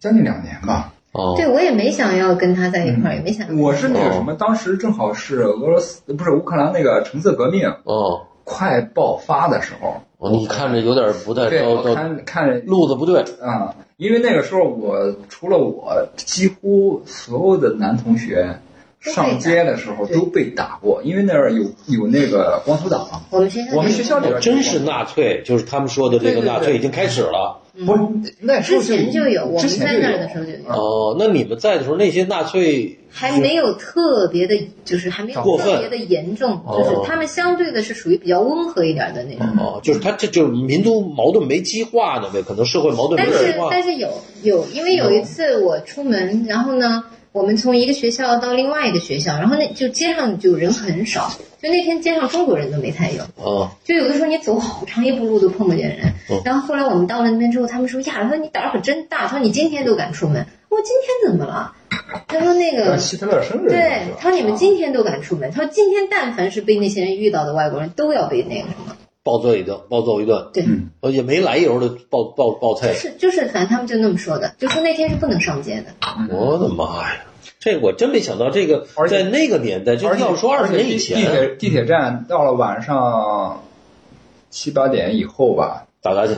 将近两年吧，
哦，
对我也没想要跟他在一块儿，也没想
嗯我是那个什么，当时正好是俄罗斯不是乌克兰那个橙色革命，
哦，
快爆发的时候，
哦你看着有点不太
对，
高，
我
高
看看
路子不对。
啊、因为那个时候我除了我，几乎所有的男同学上街的时候都被打过，因为那儿有有那个光头党嘛。
我们学校
我们学校里边
哦真是纳粹，就是他们说的这个
对对对
纳粹已经开始了。
不是那时候
之前就有，我
之
们
前
在
就
那
有啊
儿的时候就
嗯
有，
哦，那你们在的时候，那些纳粹
还没有特别的，就是还没有
过
特
分
别的严重，
哦
就是他们相对的是属于比较温和一点的那种。
嗯
哦，就是他这就是民族矛盾没激化呢呗，可能社会矛盾
但
没
是
激化。
但是有有，因为有
嗯
一次我出门，然后呢，我们从一个学校到另外一个学校，然后那就街上就人很少，就那天街上中国人都没太有，
啊，
就有的时候你走好长一步路都碰不见人
哦
嗯。
然后后来我们到了那边之后，他们说呀，他说你胆儿可真大，他说你今天都敢出门，我说今天怎么了？他说那个
呃希特勒生日
对
那时，候
他说你们今天都敢出门，他说今天但凡是被那些人遇到的外国人都要被那个什么，
暴揍一顿，暴揍一顿，
对，
嗯
呃也没来由的暴暴暴
就
菜。
是就是，反正他们就那么说的，就说那天是不能上街的。
我的妈呀，这我真没想到，这个
而且
在那个年代，就
而且
要说二十年以
地
前
铁地铁站到了晚上七八点以后吧，
打砸抢、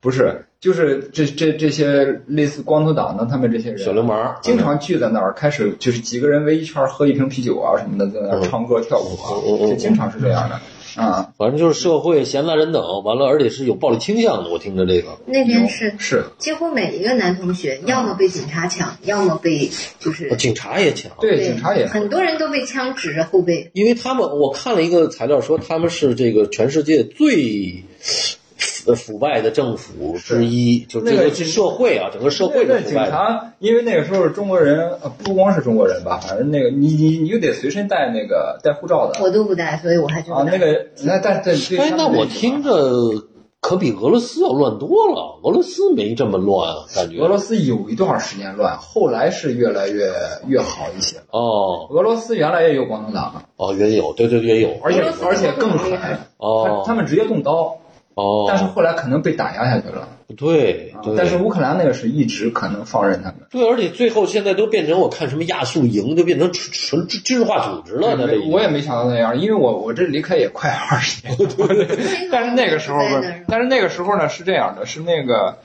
不是，就是这这这些类似光头党的他们这些人，
小流氓，
经常聚在那儿，开始就是几个人围一圈儿喝一瓶啤酒啊什么的，在那儿唱歌跳舞啊，
嗯嗯嗯嗯
就经常是这样的。啊，
反正就是社会闲杂人等，完了，而且是有暴力倾向的。我听着这个，
那边是
是
几乎每一个男同学，要么被警察抢，要么被就是
警察也抢，
对哦警察也
很多人都被枪指着后背。
因为他们我看了一个材料说他们是这个全世界最。呃，腐败的政府之一，就是这
那
个
个警
社会啊，整个社会的
那那
腐
警
败的。
察，因为那个时候中国人呃不光是中国人吧，反正那个你你你就得随身带那个带护照的
我都不带，所以我还觉得
啊，那个那但对对，
哎，
他们
那我
这个
听着可比俄罗斯要乱多了，俄罗斯没这么乱啊，感觉。
俄罗斯有一段时间乱，后来是越来越越好一些。
哦
俄罗斯原来也有光头党，
哦，也有，对对也有。
而且
俄罗斯
而且更狠，
哦
他他们直接动刀，
哦，
但是后来可能被打压下去了。
对
啊
对，
但是乌克兰那个是一直可能放任他们。
对，而且最后现在都变成我看什么亚速营，就变成纯纯军事化组织了，那
没
这已经
我也没想到那样，因为我我这离开也快二十年了。 但是那个时候
在
不
那
是
儿，
但是那个时候呢是这样的，是那个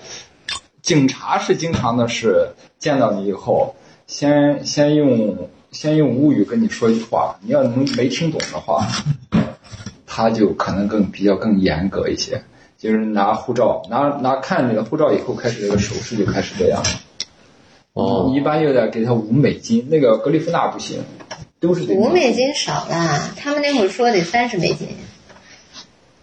警察是经常的是见到你以后，先先用先用乌语跟你说一句话，你要能没听懂的话，他就可能更比较更严格一些，就是拿护照拿拿看你的护照以后开始这个手势就开始这样。
哦
一般又得给他五美金，那个格利夫纳不行，都
嗯
是这个
五美金少啦，他们那会儿说得三十美金。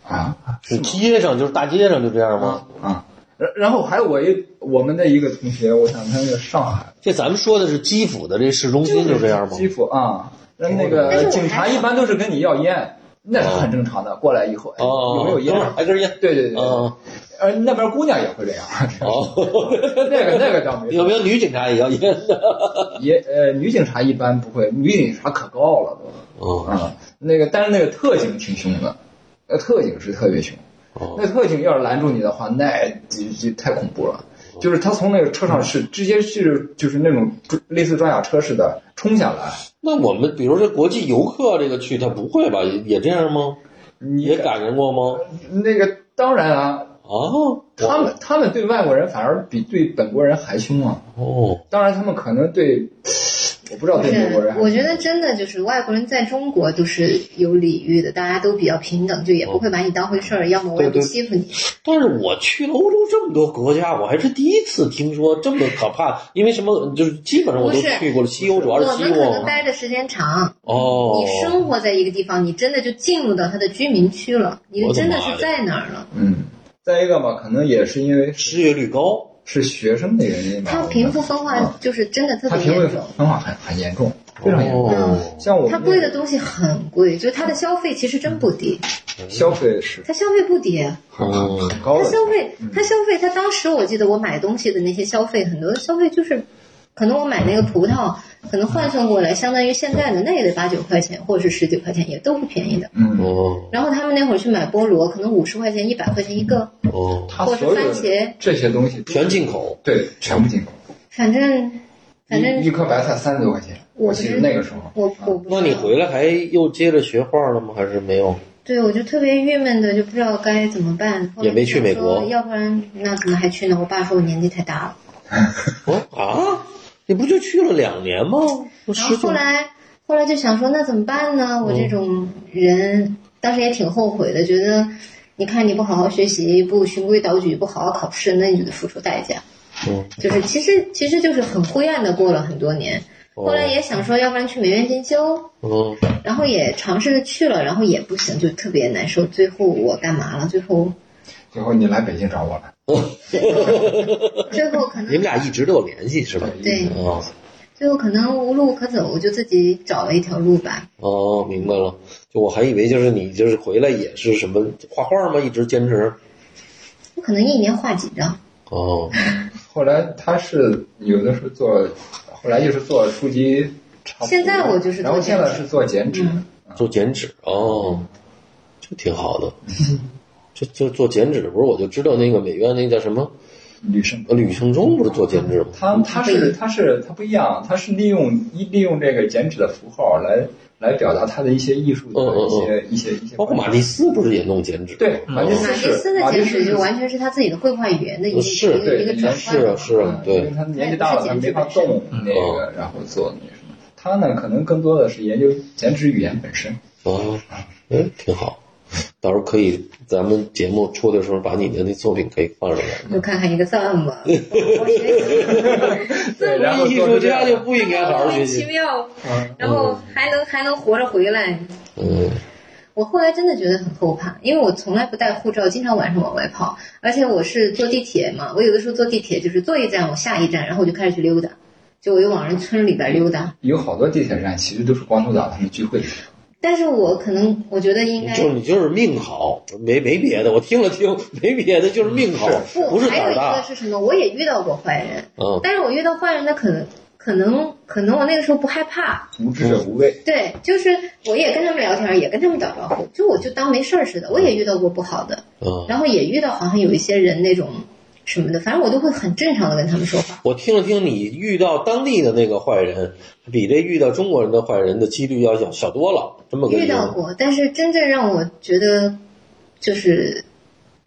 啊
是街上就是大街上就这样吗？
啊。然然后还有我一我们的一个同学，我想他那个上海
这咱们说的是基辅的这市中心就这样吗？哦
基辅啊，那那
但是
个
我还
警察一般都是跟你要烟，那是很正常的。过来以后，哎有
哦，
没有烟
等会？儿来根烟。
对对对，
哦
呃，那边姑娘也会这样。
哦，
那个那个倒没
有没有女警察也要烟 的？
也呃，女警察一般不会，女警察可高了都
哦
啊。那个，但是那个特警挺凶的，呃，特警是特别凶。
哦
那特警要是拦住你的话，那就就太恐怖了。就是他从那个车上是直接是就是那种类似装甲车似的冲下来，
那我们比如这国际游客这个去，他不会吧？也也这样吗？
你
也赶上过吗？
那个当然啊，
啊，
他们他们对外国人反而比对本国人还凶啊。
哦，
当然他们可能对，我不知道对美国人还，
我觉得真的就是外国人在中国都是有礼遇的，大家都比较平等，就也不会把你当回事儿，要么我也不
对对
欺负你。
但是我去了欧洲这么多国家，我还是第一次听说这么可怕。因为什么？就是基本上我都
不是
去过了，西欧主要
我
是西
们可
欧
能。待的时间长，
哦，
你生活在一个地方，你真的就进入到他的居民区了，你
我的
真的
妈呀
是在那儿了。
嗯。再一个嘛，可能也是因为是
失业率高。
是学生的原因吧。
他贫富分化
哦
嗯
就是真的特
他
别
贫富
严重。
分化很很严重，非常严重。
哦
像我们
它贵的东西很贵，就是它的消费其实真不低，
消费是
它消费不低，啊
哦
很高
它
的，
消费，
嗯
它消费，它当时我记得我买东西的那些消费，很多消费就是，可能我买那个葡萄，可能换算过来相当于现在的那也得八九块钱或者是十几块钱，也都不便宜的。
嗯，
哦
然后他们那会儿去买菠萝，可能五十块钱、一百块钱一个，
哦，
他
或
所有
是番
的
茄，
这些东西都
全进口。
对，全部进口。
反正反
一一
正
颗白菜三十多块钱，
我
我
觉
记
得
得那个时候，
我我不知道
那你回来还又接着学画了吗？还是没有？
对，我就特别郁闷的，就不知道该怎么办。后来
也没去美国
想说要不然那怎么还去呢？我爸说我年纪太大了。
哦啊，你不就去了两年吗？嗯
然后
十
后
九
来后来就想说，那怎么办呢？我这种人当时也挺后悔的，觉得你看你不好好学习，不循规蹈矩，不好好考试，那你就得付出代价。
嗯，
就是其实其实就是很灰暗的过了很多年。
哦
后来也想说，要不然去美院进修，
嗯
然后也尝试着去了，然后也不行，就特别难受。最后我干嘛了？最后
最后你来北京找我了，
最后可
你们
能
俩一直都有联系是吧？
对
哦
最后可能无路可走，我就自己找了一条路吧。
哦，明白了。就我还以为就是你就是回来也是什么画画吗？一直坚持。
我可能一年画几张，
哦，
后来他是有的是做，后来又是做书籍插图，
现在我就是做
然后现在是做剪纸，
嗯
做剪纸哦，这挺好的。就就做剪纸，不是我就知道那个美院那叫什么
女生
呃吕胜忠不是做剪纸吗？
他他
嗯
是他是他不一样，他是利用一利用这个剪纸的符号来来表达他的一些艺术
嗯
的
嗯
一些一些一些
包括
观点。
马蒂斯不是也弄剪纸？
对马蒂
嗯马蒂斯
是
的
马蒂
剪
斯
纸
是
就完全是他自己的绘画语言的一个
是
一个
对
一个
语
转
言
是啊
换。
是，
嗯因为
对，嗯
他年纪大了，他没法动那个，然后做那什么。他呢，可能更多的是研究剪纸语言本身。
啊，哎，挺好。到时候可以，咱们节目出的时候把你的那作品可以放上来。
就看看一个赞 吧，我学习。
对，然后
艺
做出
术
这
家
样
就不应该好好学
奇
习。
妙，然后还能还能活着回来。
嗯，
我后来真的觉得很后怕，因为我从来不带护照，经常晚上往外跑，而且我是坐地铁嘛，我有的时候坐地铁就是坐一站我下一站，然后我就开始去溜达，就我又往人村里边溜达。
有好多地铁站其实都是光头党他们聚会的地方。
但是我可能我觉得应该
就是你就是命好，没没别的，我听了听，没别的，就是命好，
不，
不是
还
胆
有
儿
一个
大。
是什么？我也遇到过坏人，
嗯
但是我遇到坏人的可能可能可能我那个时候不害怕，
无知者无畏，
对，就是我也跟他们聊天，也跟他们打招呼，就我就当没事儿似的。我也遇到过不好的，
嗯，
然后也遇到好像有一些人那种什么的，反正我都会很正常的跟他们说话。
我听了听，你遇到当地的那个坏人，比这遇到中国人的坏人的几率要小小多了。这么个
遇到过，但是真正让我觉得就是，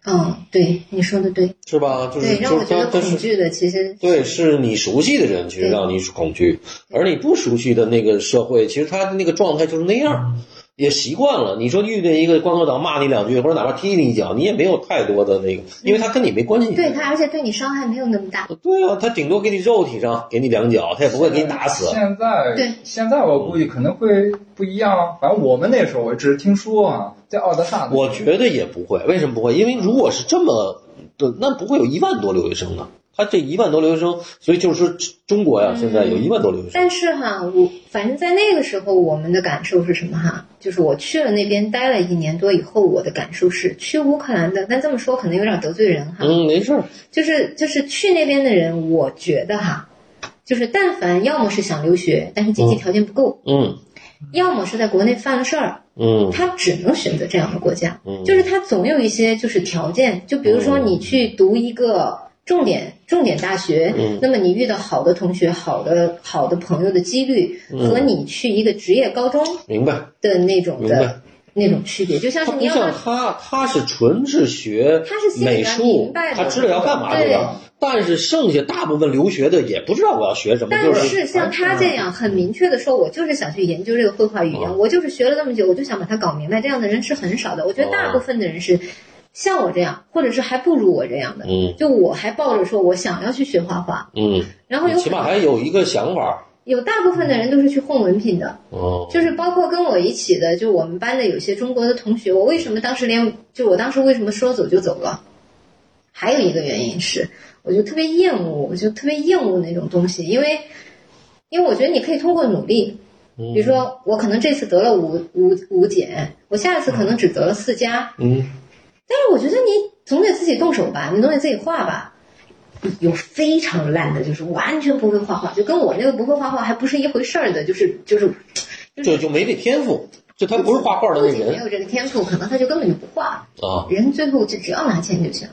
嗯，对，你说的对，
是吧？嗯就是
对，让
就
我
是
觉
他
得
他
恐
是
惧的其实
对，是你熟悉的人去让你恐惧，而你不熟悉的那个社会，其实他的那个状态就是那样，
嗯
也习惯了。你说遇见一个光头党骂你两句，或者哪怕踢你一脚，你也没有太多的那个，因为他跟你没关系。
对他，而且对你伤害没有那么大。
对啊，他顶多给你肉体上给你两脚，他也不会给你打死。
现在
对
现在我估计可能会不一样啊。反正我们那时候我只是听说啊，在奥德萨那边，
我觉得也不会，为什么不会？因为如果是这么的，那不会有一万多留学生的。他这一万多留学生，所以就是说中国
嗯
呀，现在有一万多留学生。
但是哈，我反正在那个时候，我们的感受是什么哈？就是我去了那边待了一年多以后，我的感受是去乌克兰的。但这么说可能有点得罪人哈，
嗯，没事儿，
就是就是去那边的人，我觉得哈，就是但凡要么是想留学，但是经济条件不够，
嗯
要么是在国内犯了事儿，
嗯
他只能选择这样的国家。
嗯，
就是他总有一些就是条件，就比如说你去读一个重点重点大学，
嗯
那么你遇到好的同学、好的好的朋友的几率，
嗯
和你去一个职业高中
明白。
的那种
明白
的那种区别，就像
他
是
不
你要
像
让
他，他是纯是学
他是心里
美
面
术
明，白的
他知道要干嘛去
对
了。但是剩下大部分留学的也不知道我要学什么，就
但是像他这样很明确的说，我就是想去研究这个绘画语
啊
言，我就是学了这么久，我就想把它搞明白。这样的人是很少的，我觉得
啊
大部分的人是像我这样，或者是还不如我这样的。
嗯
就我还抱着说我想要去学画画，
嗯，
然后有
你起
很
码还有一个想法。
有大部分的人都是去混文凭的，
哦，
就是包括跟我一起的，就我们班的有些中国的同学，我为什么当时连就我当时为什么说走就走了？还有一个原因是，我就特别厌恶，我就特别厌恶那种东西，因为因为我觉得你可以通过努力，
嗯
比如说我可能这次得了五五五减，我下一次可能只得了四加，
嗯，
但是我觉得你总得自己动手吧，你总得自己画吧。有非常烂的，就是完全不会画画，就跟我那个不会画画还不是一回事儿的，就是就是
就就没这天赋，就他不是画画的
不
那
仅没
人
有这个天赋，可能他就根本就不画，
啊。
人
嗯
最后就只要拿钱就行。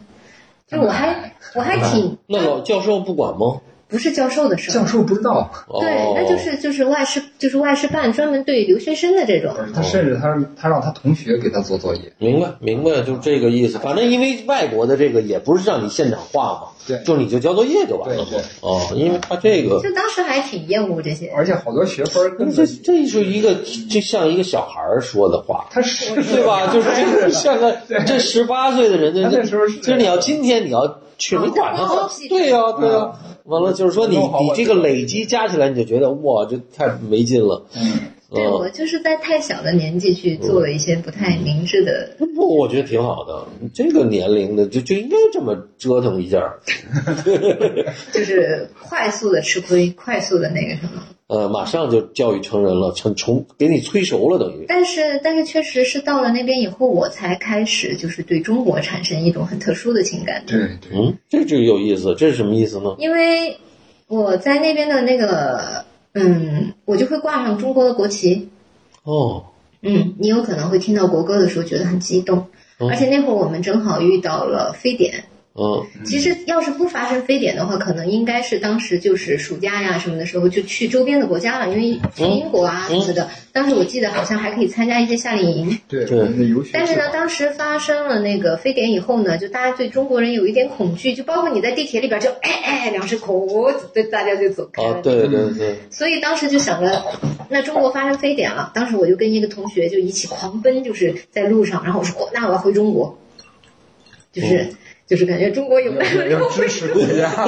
就我还我还挺
那老教授不管吗？
不是教授的事儿。
教授不知道，
哦，
对，那就是就是外事就是外事办专门对留学生的这种。
他甚至他他让他同学给他做作业，
明白明白，就这个意思。反正因为外国的这个也不是让你现场画嘛，
对
就是你就交作业就完了嘛
对对。
哦，因为他这个
就当时还挺厌恶这些，
而且好多学分跟
这这是一个就像一个小孩儿说的话，
他是
对吧？就是这像个这十八岁的人，
他
这
那时候是
就是你要今天你要去，你管他
哦
吗
对？
对呀、对呀、完了就是说你
嗯弄好啊
你
我
这个累积加起来，你就觉得哇，这太没劲了。
嗯，
对
嗯
我就是在太小的年纪去做了一些不太明智的，
不不，我觉得挺好的。这个年龄的就就应该这么折腾一下。
就是快速的吃亏，快速的那个什么。
呃，马上就教育成人了，成重给你催熟了，等于。
但是，但是确实是到了那边以后，我才开始就是对中国产生一种很特殊的情感，
对对，
嗯，这就有意思，这是什么意思呢？
因为我在那边的那个，嗯，我就会挂上中国的国旗。
哦，
嗯，你有可能会听到国歌的时候觉得很激动，
嗯
而且那会儿我们正好遇到了非典，
嗯
其实要是不发生非典的话，可能应该是当时就是暑假呀什么的时候就去周边的国家了，因为去英国啊什么的。当时我记得好像还可以参加一些夏令营，
对
对
我们的游学
但是
计
呢，
划
当时发生了那个非典以后呢，就大家对中国人有一点恐惧，就包括你在地铁里边就哎哎两声口，对大家就走开了。
啊，对对对，
所以当时就想着，那中国发生非典了，当时我就跟一个同学就一起狂奔，就是在路上，然后我说，哦，那我要回中国，就是、就是感觉中国
嗯
有难了。
要支持国家，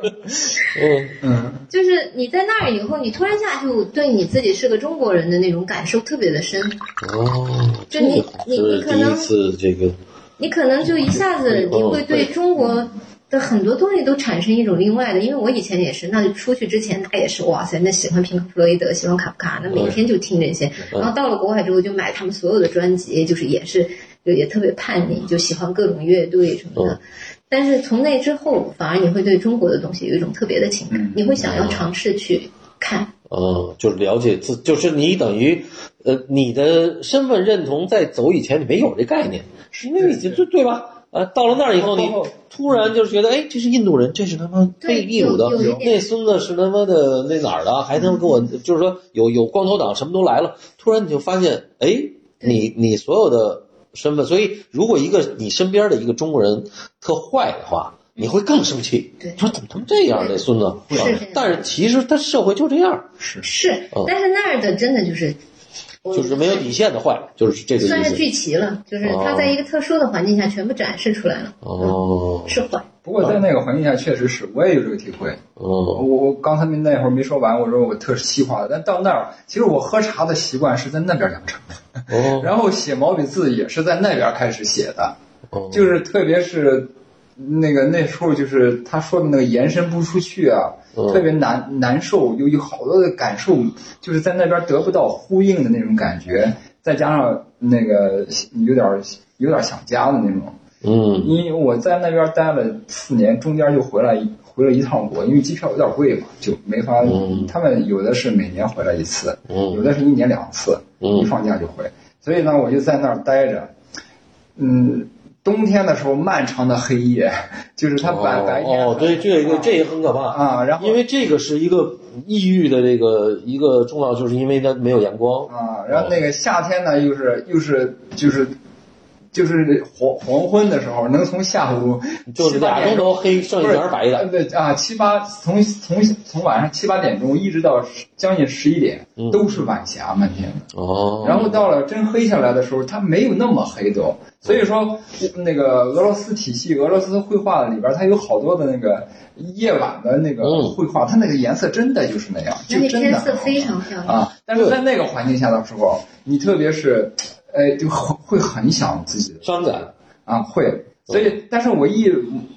嗯
嗯，
就是你在那儿以后，你突然一下就对你自己是个中国人的那种感受特别的深，
哦，
就你你
这是
你可
第一
能
次这个，
你可能就一下子你会对中国的很多东西都产生一种另外的，因为我以前也是，那出去之前那也是哇塞，那喜欢平克·弗洛伊德，喜欢卡夫卡，那每天就听这些，然后到了国外之后就买他们所有的专辑，就是也是就也特别叛逆，就喜欢各种乐队什么的。但是从那之后，反而你会对中国的东西有一种特别的情感，你会想要尝试去看。
嗯，就是了解自，就是你等于，呃，你的身份认同在走以前你没有这概念，因为你就就对吧？啊，到了那儿以后，你
包括
突然就觉得，哎，这是印度人，这是他妈
对
被秘鲁的
有有一，点嗯
那孙子是他妈的那哪儿的，还他妈给我，就是说有有光头党什么都来了，突然你就发现，哎，你你所有的身份，所以如果一个你身边的一个中国人特坏的话，你会更生气，
嗯对
你说怎么他妈这样，
对
那孙子，
是这样
但是其实他社会就这样。
是
哦，
但是那儿的真的就是，我
就是没有底线的坏，就是这个
算是
意思。
聚齐了，就是他在一个特殊的环境下全部展示出来了，
哦，
是坏。
不过在那个环境下确实是，我也有这个体会，我
哦，
我刚才那会儿没说完，我说我特西化的，但到那儿，其实我喝茶的习惯是在那边养成的，
哦，
然后写毛笔字也是在那边开始写的，
哦
就是特别是那个那时候就是他说的那个延伸不出去啊，
嗯
特别难难受，有有好多的感受，就是在那边得不到呼应的那种感觉，再加上那个有点儿有点儿想家的那种，
嗯，
因为我在那边待了四年，中间就回来一回了一趟国，因为机票有点贵嘛，就没法。
嗯
他们有的是每年回来一次，
嗯
有的是一年两次，
嗯
一放假就回。所以呢，我就在那儿待着。嗯，冬天的时候漫长的黑夜， 就是它白、
哦
白天
哦，对，这个这也很可怕。
啊，然后
因为这个是一个抑郁的这个一个重要，就是因为它没有阳光。
啊，然后那个夏天呢，又是又是就是。就是黄黄昏的时候，能从下午
就是
七八
俩
点
钟头黑，剩
不
一
是
点白的。
呃对啊，七八从从从晚上七八点钟一直到十将近十一点
嗯，
都是晚霞漫天的。
哦，
然后到了真黑下来的时候，它没有那么黑都。所以说，那个俄罗斯体系、俄罗斯绘画里边，它有好多的那个夜晚的那个
嗯
绘画，它那个颜色真的就是那样，
那
就
里
真
天
的
色非常漂亮，
啊。但是在那个环境下的时候，你特别是，呃，就很会很想自己的
伤感。
啊，会。所
嗯
以，但是我一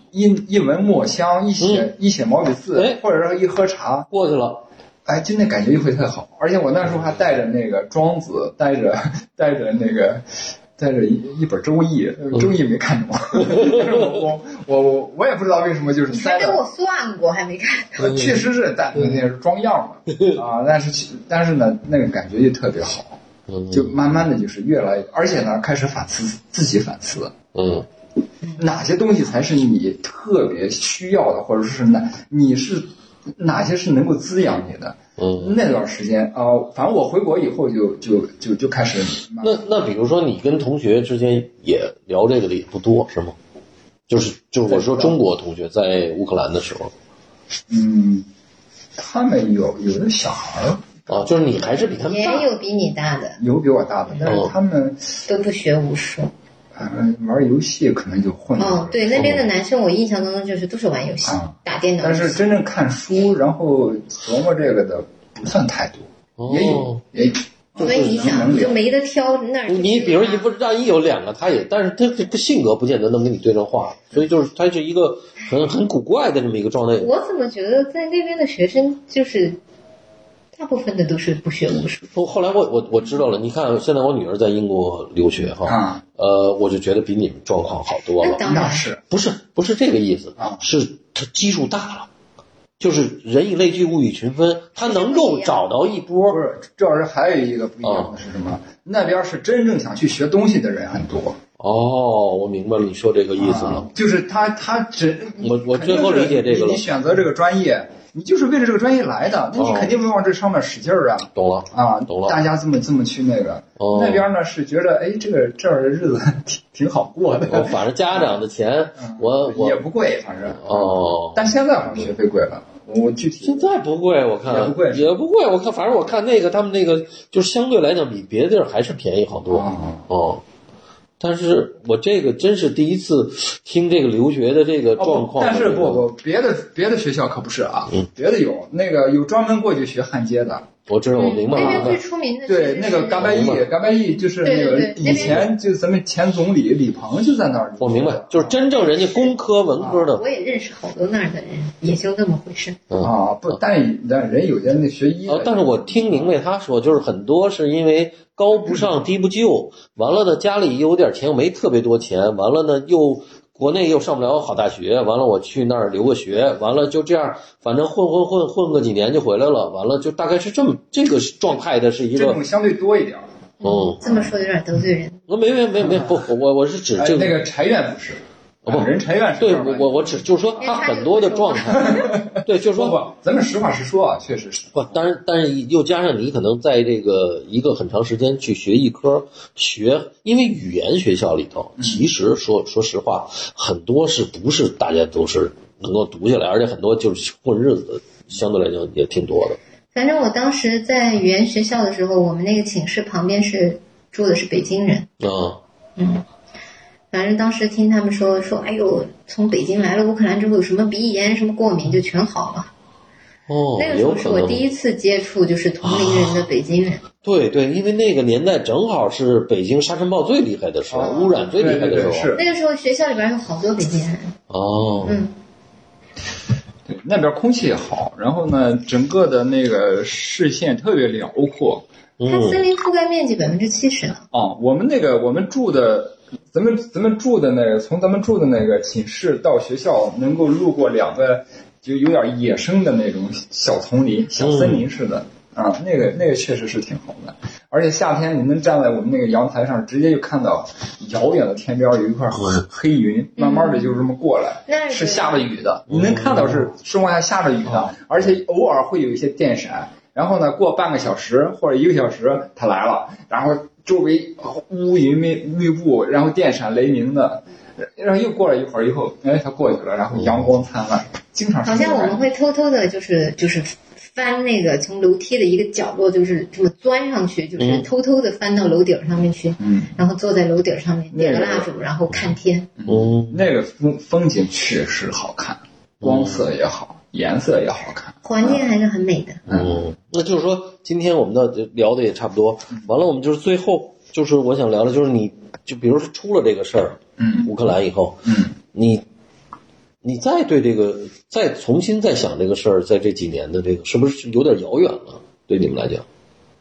一一闻墨香，一写、一写毛笔字
嗯哎，
或者说一喝茶，
过去了，
哎，真的感觉就会特好。而且我那时候还带着那个庄子，带着 带着那个。带着一一本《周易》，
嗯
《周易》没看懂， 但是我我我我也不知道为什么，就是
你
塞
还给
的
我算过，还没看。
呃确实是
嗯
带那是装样嘛 啊，但是但是呢，那个感觉就特别好，
嗯
就慢慢的就是越来，而且呢，开始反思自己反思，
嗯，
哪些东西才是你特别需要的，或者是哪你是哪些是能够滋养你的？
嗯，
那段时间啊、呃反正我回国以后就就就就开始慢慢
那那比如说你跟同学之间也聊这个的也不多是吗？就是就是我说中国同学在乌克兰的时候
嗯，他们有有的小孩儿
啊，就是你还是比他们
也
大，
有比你大的，
有比我大的，但
哦
是他们
都不学无术。
呃玩游戏可能就混了。
哦，对，那边的男生我印象当中就是都是玩游戏
啊、
打电脑游
但
戏，
是真正看书，然后琢磨这个的不算太多，也有
哦。
也有，
所以你
就是能
想
能
就
聊。
没得挑那儿。
你比如一不让一有两个，他也，但是他这个性格不见得能跟你对上话，所以就是他是一个很很古怪的这么一个状态。
我怎么觉得在那边的学生就是大部分的都是不学无术，
后后来我我我知道了，你看现在我女儿在英国留学哈，
啊
呃，我就觉得比你们状况好多
那
了。
当
那
然
是
不是不是这个意思
啊
是他基数大了，就是人以类聚，物以群分，他能够找到一波
不是？这要是还有一个不一样的是什么？那边是真正想去学东西的人很多，
哦，我明白了你说这个意思
啊
了。
就是他他只
我我最后理解这个了
你选择这个专业，你就是为了这个专业来的，那你
哦
肯定会往这上面使劲儿啊。
懂了，
啊，
懂了
大家这么这么去那个，
哦
那边呢是觉得哎，这个这儿的日子 挺挺好过的，
我哦反正家长的钱，我我
嗯 也不贵，反正啊
哦
但现在好像学费贵了，我具体
现在不贵，我看
也不贵
也不贵我看反正我看那个他们那个就是相对来讲比别的地儿还是便宜好多
哦
哦。但是我这个真是第一次听这个留学的这个
哦不
状况，
但是不不，别的别的学校可不是啊，
嗯
别的有那个有专门过去学焊接的，
我知道，我明白
嗯那
了明白
嗯
边最
了。
出名的
对，
其实
那
是
个嘎白
明白
义，嘎白义就是
对
那
对
个
对那
以
边
前就咱们前总理李鹏就在那儿，
我明白，就是真正人家工科文
嗯
科的，
我也认识好多那儿的人，也就那么回事。
嗯，
啊，不，但但人有些那学医
哦
的，，
但是我听明白他说，就是很多是因为高不上
嗯
低不就，完了呢家里又有点钱，又没特别多钱，完了呢又国内又上不了好大学，完了我去那儿留个学，完了就这样，反正混混混混个几年就回来了，完了就大概是这么这个状态的是一
这
个
种，相对多一点儿。
嗯，
这么说有点得罪人。
那呃没没没没不，我我是指
哎
这，
那个柴院不是，
哦不
啊人柴院是
对
这儿
我
吧
我我只就是说他很多的状态，对，就是
不
说
不，咱们实话实说啊，确实是。
不，当然，但是又加上你可能在这个一个很长时间去学一科学，因为语言学校里
嗯
头，其实说说实话，很多是不是大家都是能够读下来，而且很多就是混日子的，相对来讲也挺多的。
反正我当时在语言学校的时候，我们那个寝室旁边是住的是北京人。
啊、
反正当时听他们说说，哎呦，从北京来了乌克兰之后，有什么鼻炎、什么过敏就全好了。
哦，
那个
也
时
有
候是
可
我
能。啊
第一次接触就是同龄人的北京人。
对对，因为那个年代正好是北京沙尘暴最厉害的时候，
啊
呃污染最厉害的
对
时
对
候。啊
对是
那个时候学校里边有好多北京人，
哦，
嗯，
对，那边空气也好，然后呢，整个的那个视线特别辽阔
它森
嗯，
林覆盖面积百分之七十呢。
啊。我们那个我们住的，咱们咱们住的那个，从咱们住的那个寝室到学校，能够路过两个就有点野生的那种小丛林、小森林似的。啊，那个那个确实是挺好的，而且夏天你能站在我们那个阳台上，直接就看到遥远的天边有一块黑黑云，慢慢的就这么过来。
那
是下着雨的，你能看到是是往下下着雨
哦
的，而且偶尔会有一些电闪。然后呢，过半个小时或者一个小时，它来了，然后周围乌云密密布，然后电闪雷鸣的，然后又过了一会儿以后，哎，它过去了，然后阳光灿烂，经常是
好
这
像
种
我
感觉
们会偷偷的，就是就是翻那个从楼梯的一个角落，就是这么钻上去，就是
嗯
偷偷的翻到楼顶上面去，
嗯，
然后坐在楼顶上面
那
点
个
个蜡烛，然后看天。
嗯，
那个风风景确实好看，光色也好，颜色也好看，
环境还是很美的。
嗯，那就是说，今天我们的聊的也差不多，
嗯
完了，我们就是最后就是我想聊的，就是你就比如说出了这个事儿，
嗯
乌克兰以后，
嗯，
你你再对这个再重新再想这个事儿，在这几年的这个是不是有点遥远了？对你们来讲，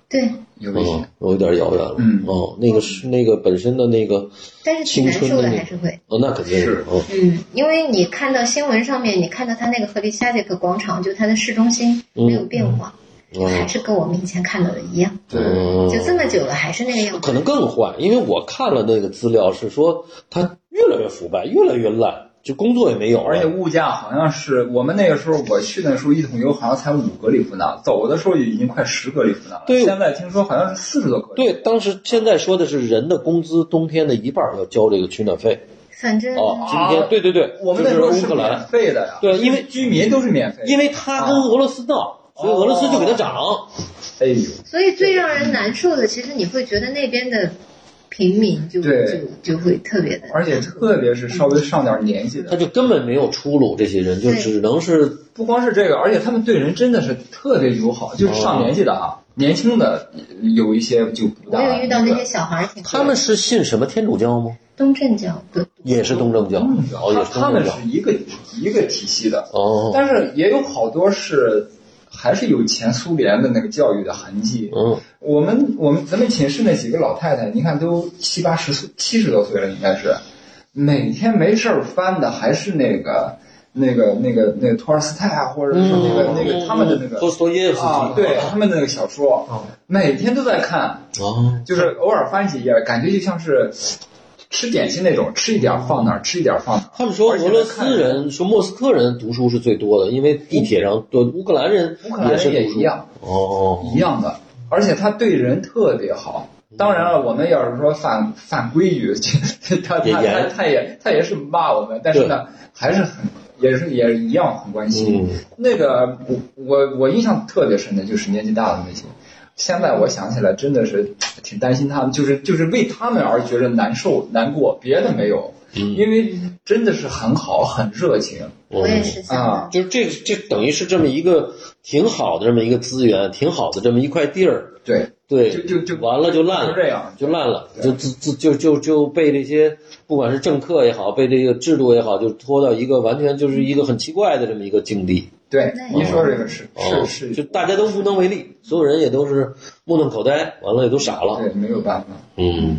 对，
有一
嗯
些，，
我有点遥远了，
嗯
哦，那个是那个本身的那个，
但是挺难受
青春的
的，
那
还是会。
哦，那肯定
是
哦，
嗯，因为你看到新闻上面，你看到它那个河里下这个广场，就它的市中心
嗯
没有变化，
嗯
还是跟我们以前看到的一样，
对，
嗯
就这么久了还是那个样子。
可能更坏，因为我看了那个资料是说，它越来越腐败，越来越烂，就工作也没有了。
而且物价好像是我们那个时候我去的时候，一桶油好像才五格里夫纳，走的时候已经快十格里夫纳了。
对
现在听说好像是四十多格。，
对，当时现在说的是人的工资冬天的一半儿要交这个取暖费
反正
哦。今天对对对，
嗯啊我们
就
那时候
乌
是
克
免
兰，
费的呀。
对因为
居民都是免费的。
因为他跟俄罗斯闹，
啊
所以俄罗斯就给他涨。
哎呦，
所以最让人难受的，其实你会觉得那边的平民就
对
就就会特别的，
而且特别是稍微上点年纪
他
的，
就根本没有出路，这些人就
对
只能是
不光是这个，而且他们对人真的是特别友好，就是上年纪的
哦
啊，年轻的有一些就不大
我
那个。
有遇到那些小孩儿挺多的，
他们是信什么天主教吗？
东正教对，
也是东正教，哦，也是
嗯他他
东
们
正
是
教，
一个一个体系的，
哦，
但是也有好多是还是有前苏联的那个教育的痕迹。
嗯，
我们我们咱们寝室那几个老太太，你看都七八十岁，七十多岁了，应该是，每天没事儿翻的还是那个那个那个那个托尔斯泰啊，或者是那个、那个他们的那
嗯托
个
斯托耶夫斯
啊，
基，
对他们的那个小说，每天都在看。
哦，
就是偶尔翻几页，感觉就像是吃点心那种，吃一点儿放哪儿，吃一点儿放哪儿。
他们说俄罗斯人说莫斯科人读书是最多的，因为地铁上对乌克兰人
乌克兰
是
人也
读
一
书，
样，
哦，
一样的，而且他对人特别好。当然了，我们要是说犯犯规矩， 他
也
他他
严
他也他也是骂我们，但是呢，还是很也是也一样很关心。
嗯
那个我我我印象特别深的就是年纪大的那些，现在我想起来真的是挺担心他们，就是就是为他们而觉得难受难过，别的没有，
嗯
因为真的是很好很热情
我也是想
啊
的，
就这这等于是这么一个挺好的这么一个资源，挺好的这么一块地儿，
对，
对，
就就就
完了就烂
就这
了。
样，
就烂了，就自自就就就被这些不管是政客也好，被这个制度也好，就拖到一个完全就是一个很奇怪的这么一个境地。
对
那，
您
也
说这个是
哦
是，
就是大家都无能为力，所有人也都是目瞪口呆，完了也都傻了。
对，没有办法。
嗯，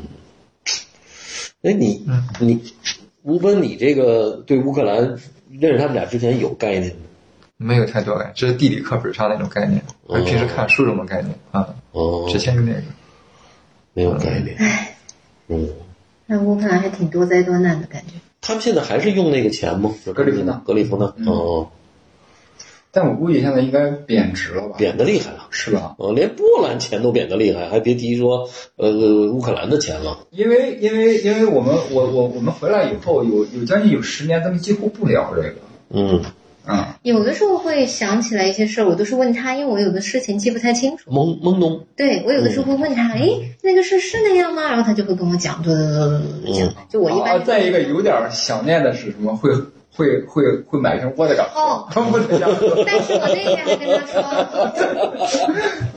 哎，你你吴奔，你这个对乌克兰认识他们俩之前有概念吗？
没有太多感，只是地理课本上那种概念，
哦
平时看书这种概念啊，
哦
之前有那个。
没有概念。
哎
嗯，
那乌克兰还挺多灾多难的感觉。
他们现在还是用那个钱吗？
格里夫嗯纳
格里夫纳。哦，
但我估计现在应该贬值了吧？
贬得厉害了。
是吧？
哦，连波兰钱都贬得厉害，还别提说呃乌克兰的钱了。
因为因为因为我们我我我们回来以后有有将近有十年，咱们几乎不聊这个。
嗯，
嗯，
有的时候会想起来一些事儿，我都是问他，因为我有的事情记不太清楚。
懵懵懂。
对我有的时候会问他，哎，那个事是那样吗？然后他就会跟我讲，对对对
嗯
对对，讲。就我一
啊，
般
再一个有点想念的是什么？会会会会买瓶沃德嘎。
哦，
不得了
但是我那天还跟他说，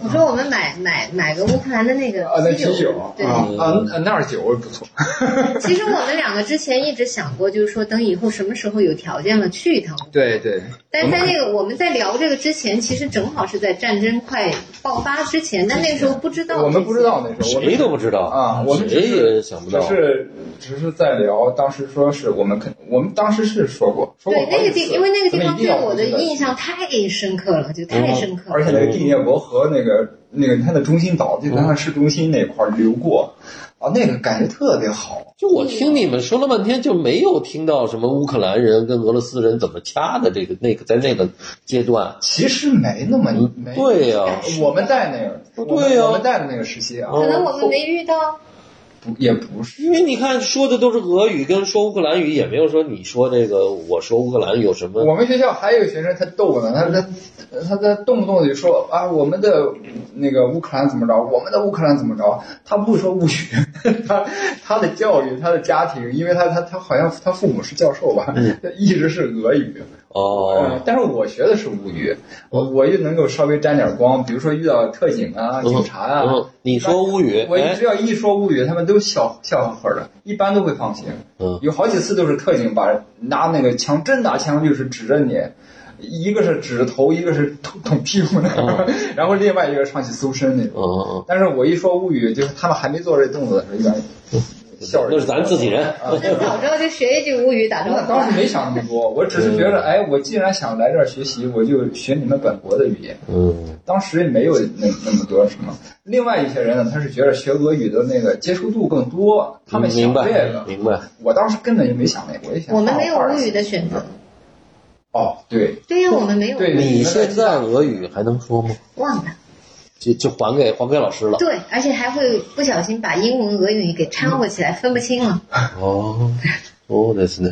我说我们买买买个乌克兰的那个
啊，那
啤
啤酒
对。
啊啊，那儿酒不错。
其实我们两个之前一直想过，就是说等以后什么时候有条件了去一趟乌克兰。
对对，
但是在那个我们在聊这个之前，其实正好是在战争快爆发之前，但那个时候不知道，
我们不知。道那时候，我们
谁都不知道
啊，我们只
谁
是
也想不到。
只是只是在聊，当时说是我们肯，我们当时是说过，说过
对
好
那
几
个地，
次
因为那个地
咱
方
们一定
对
要
我的
回去
印象太深刻了，就太深刻
而
了。
且
哦
那个第聂伯河那个那个它的中心岛，就咱那市中心那块儿流过，啊，那个感觉特别好。
就我听你们说了半天，就没有听到什么乌克兰人跟俄罗斯人怎么掐的这个那个，在那个阶段，
其实没那么没，
嗯对啊呀、
我们在那个，
对
我们
呀
我们在的那个时期啊，
可能我们没遇 到，
不也不是，
因为你看说的都是俄语，跟说乌克兰语也没有说你说这个我说乌克兰语有什么
我们学校还有一个学生，他逗呢，他他他在动不动就说啊，我们的那个乌克兰怎么着，我们的乌克兰怎么着，他不会说物语， 他他的教育，他的家庭，因为他他他好像他父母是教授吧，
嗯
他一直是俄语，
哦
嗯，但是我学的是物语，我我又能够稍微沾点光，比如说遇到特警啊、警察啊，
嗯，你说乌语，
我
哎
只要一说物语，他们都笑笑呵呵的，一般都会放行。
嗯
有好几次都是特警把拿那个枪，真拿枪就是指着你，一个是指着头，一个是捅捅屁股那个，然后另外一个上去搜身那种。
嗯嗯嗯
但是我一说物语，就是他们还没做这动作的时候，一般笑啊着
嗯那是咱自己人。
那早知道就学一句吴语打招
哎那
呼
当时
了。
没想那么多，我只是觉得，哎，我既然想来这儿学习，我就学你们本国的语言。
嗯
当时也没有那那么多什么。另外一些人呢，他是觉得学俄语的那个接触度更多，他们
嗯明
想这
白
个。
明白，
我当时根本就没想那个，我一想
我们没有
哦
吴语的选择。
哦，对，
对呀，我们没有。
对
你现在俄语还能说吗？
忘了。
就就还给还给老师了。
对，而且还会不小心把英文、俄语给掺和起来，分不清了。
哦，哦，那是那，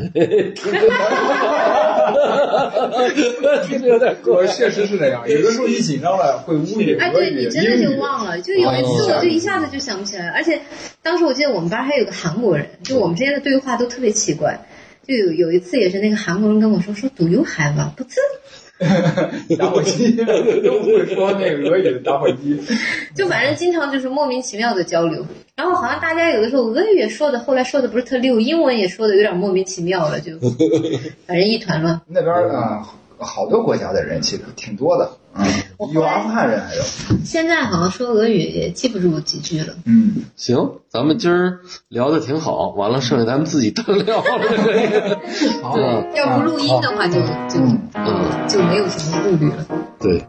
听着有点过
我确实是这样。有的时候一紧张了，会乌语、
哎，
俄
对
语、
你真的
英
就
语。哦
忘了，就有一次我就一下子就想不起来了，而且当时我记得我们班还有个韩国人，就我们之间的对话都特别奇怪。就有有一次也是那个韩国人跟我说说 Do you have a 不知
打火机都不会说那个俄语的打火机，
就反正经常就是莫名其妙的交流，然后好像大家有的时候俄语也说的，后来说的不是特溜，英文也说的有点莫名其妙 了，就反正一团乱。
那边儿啊、好多国家的人其实挺多的，
我
嗯，
后
有
来
阿富汗人还有，
现在好像说俄语也记不住几句了。
嗯，
行，咱们今儿聊的挺好，完了剩下咱们自己单聊 了。
好
对
啊
要不录音的话就就
嗯
嗯，
就没有什么顾虑了。
对，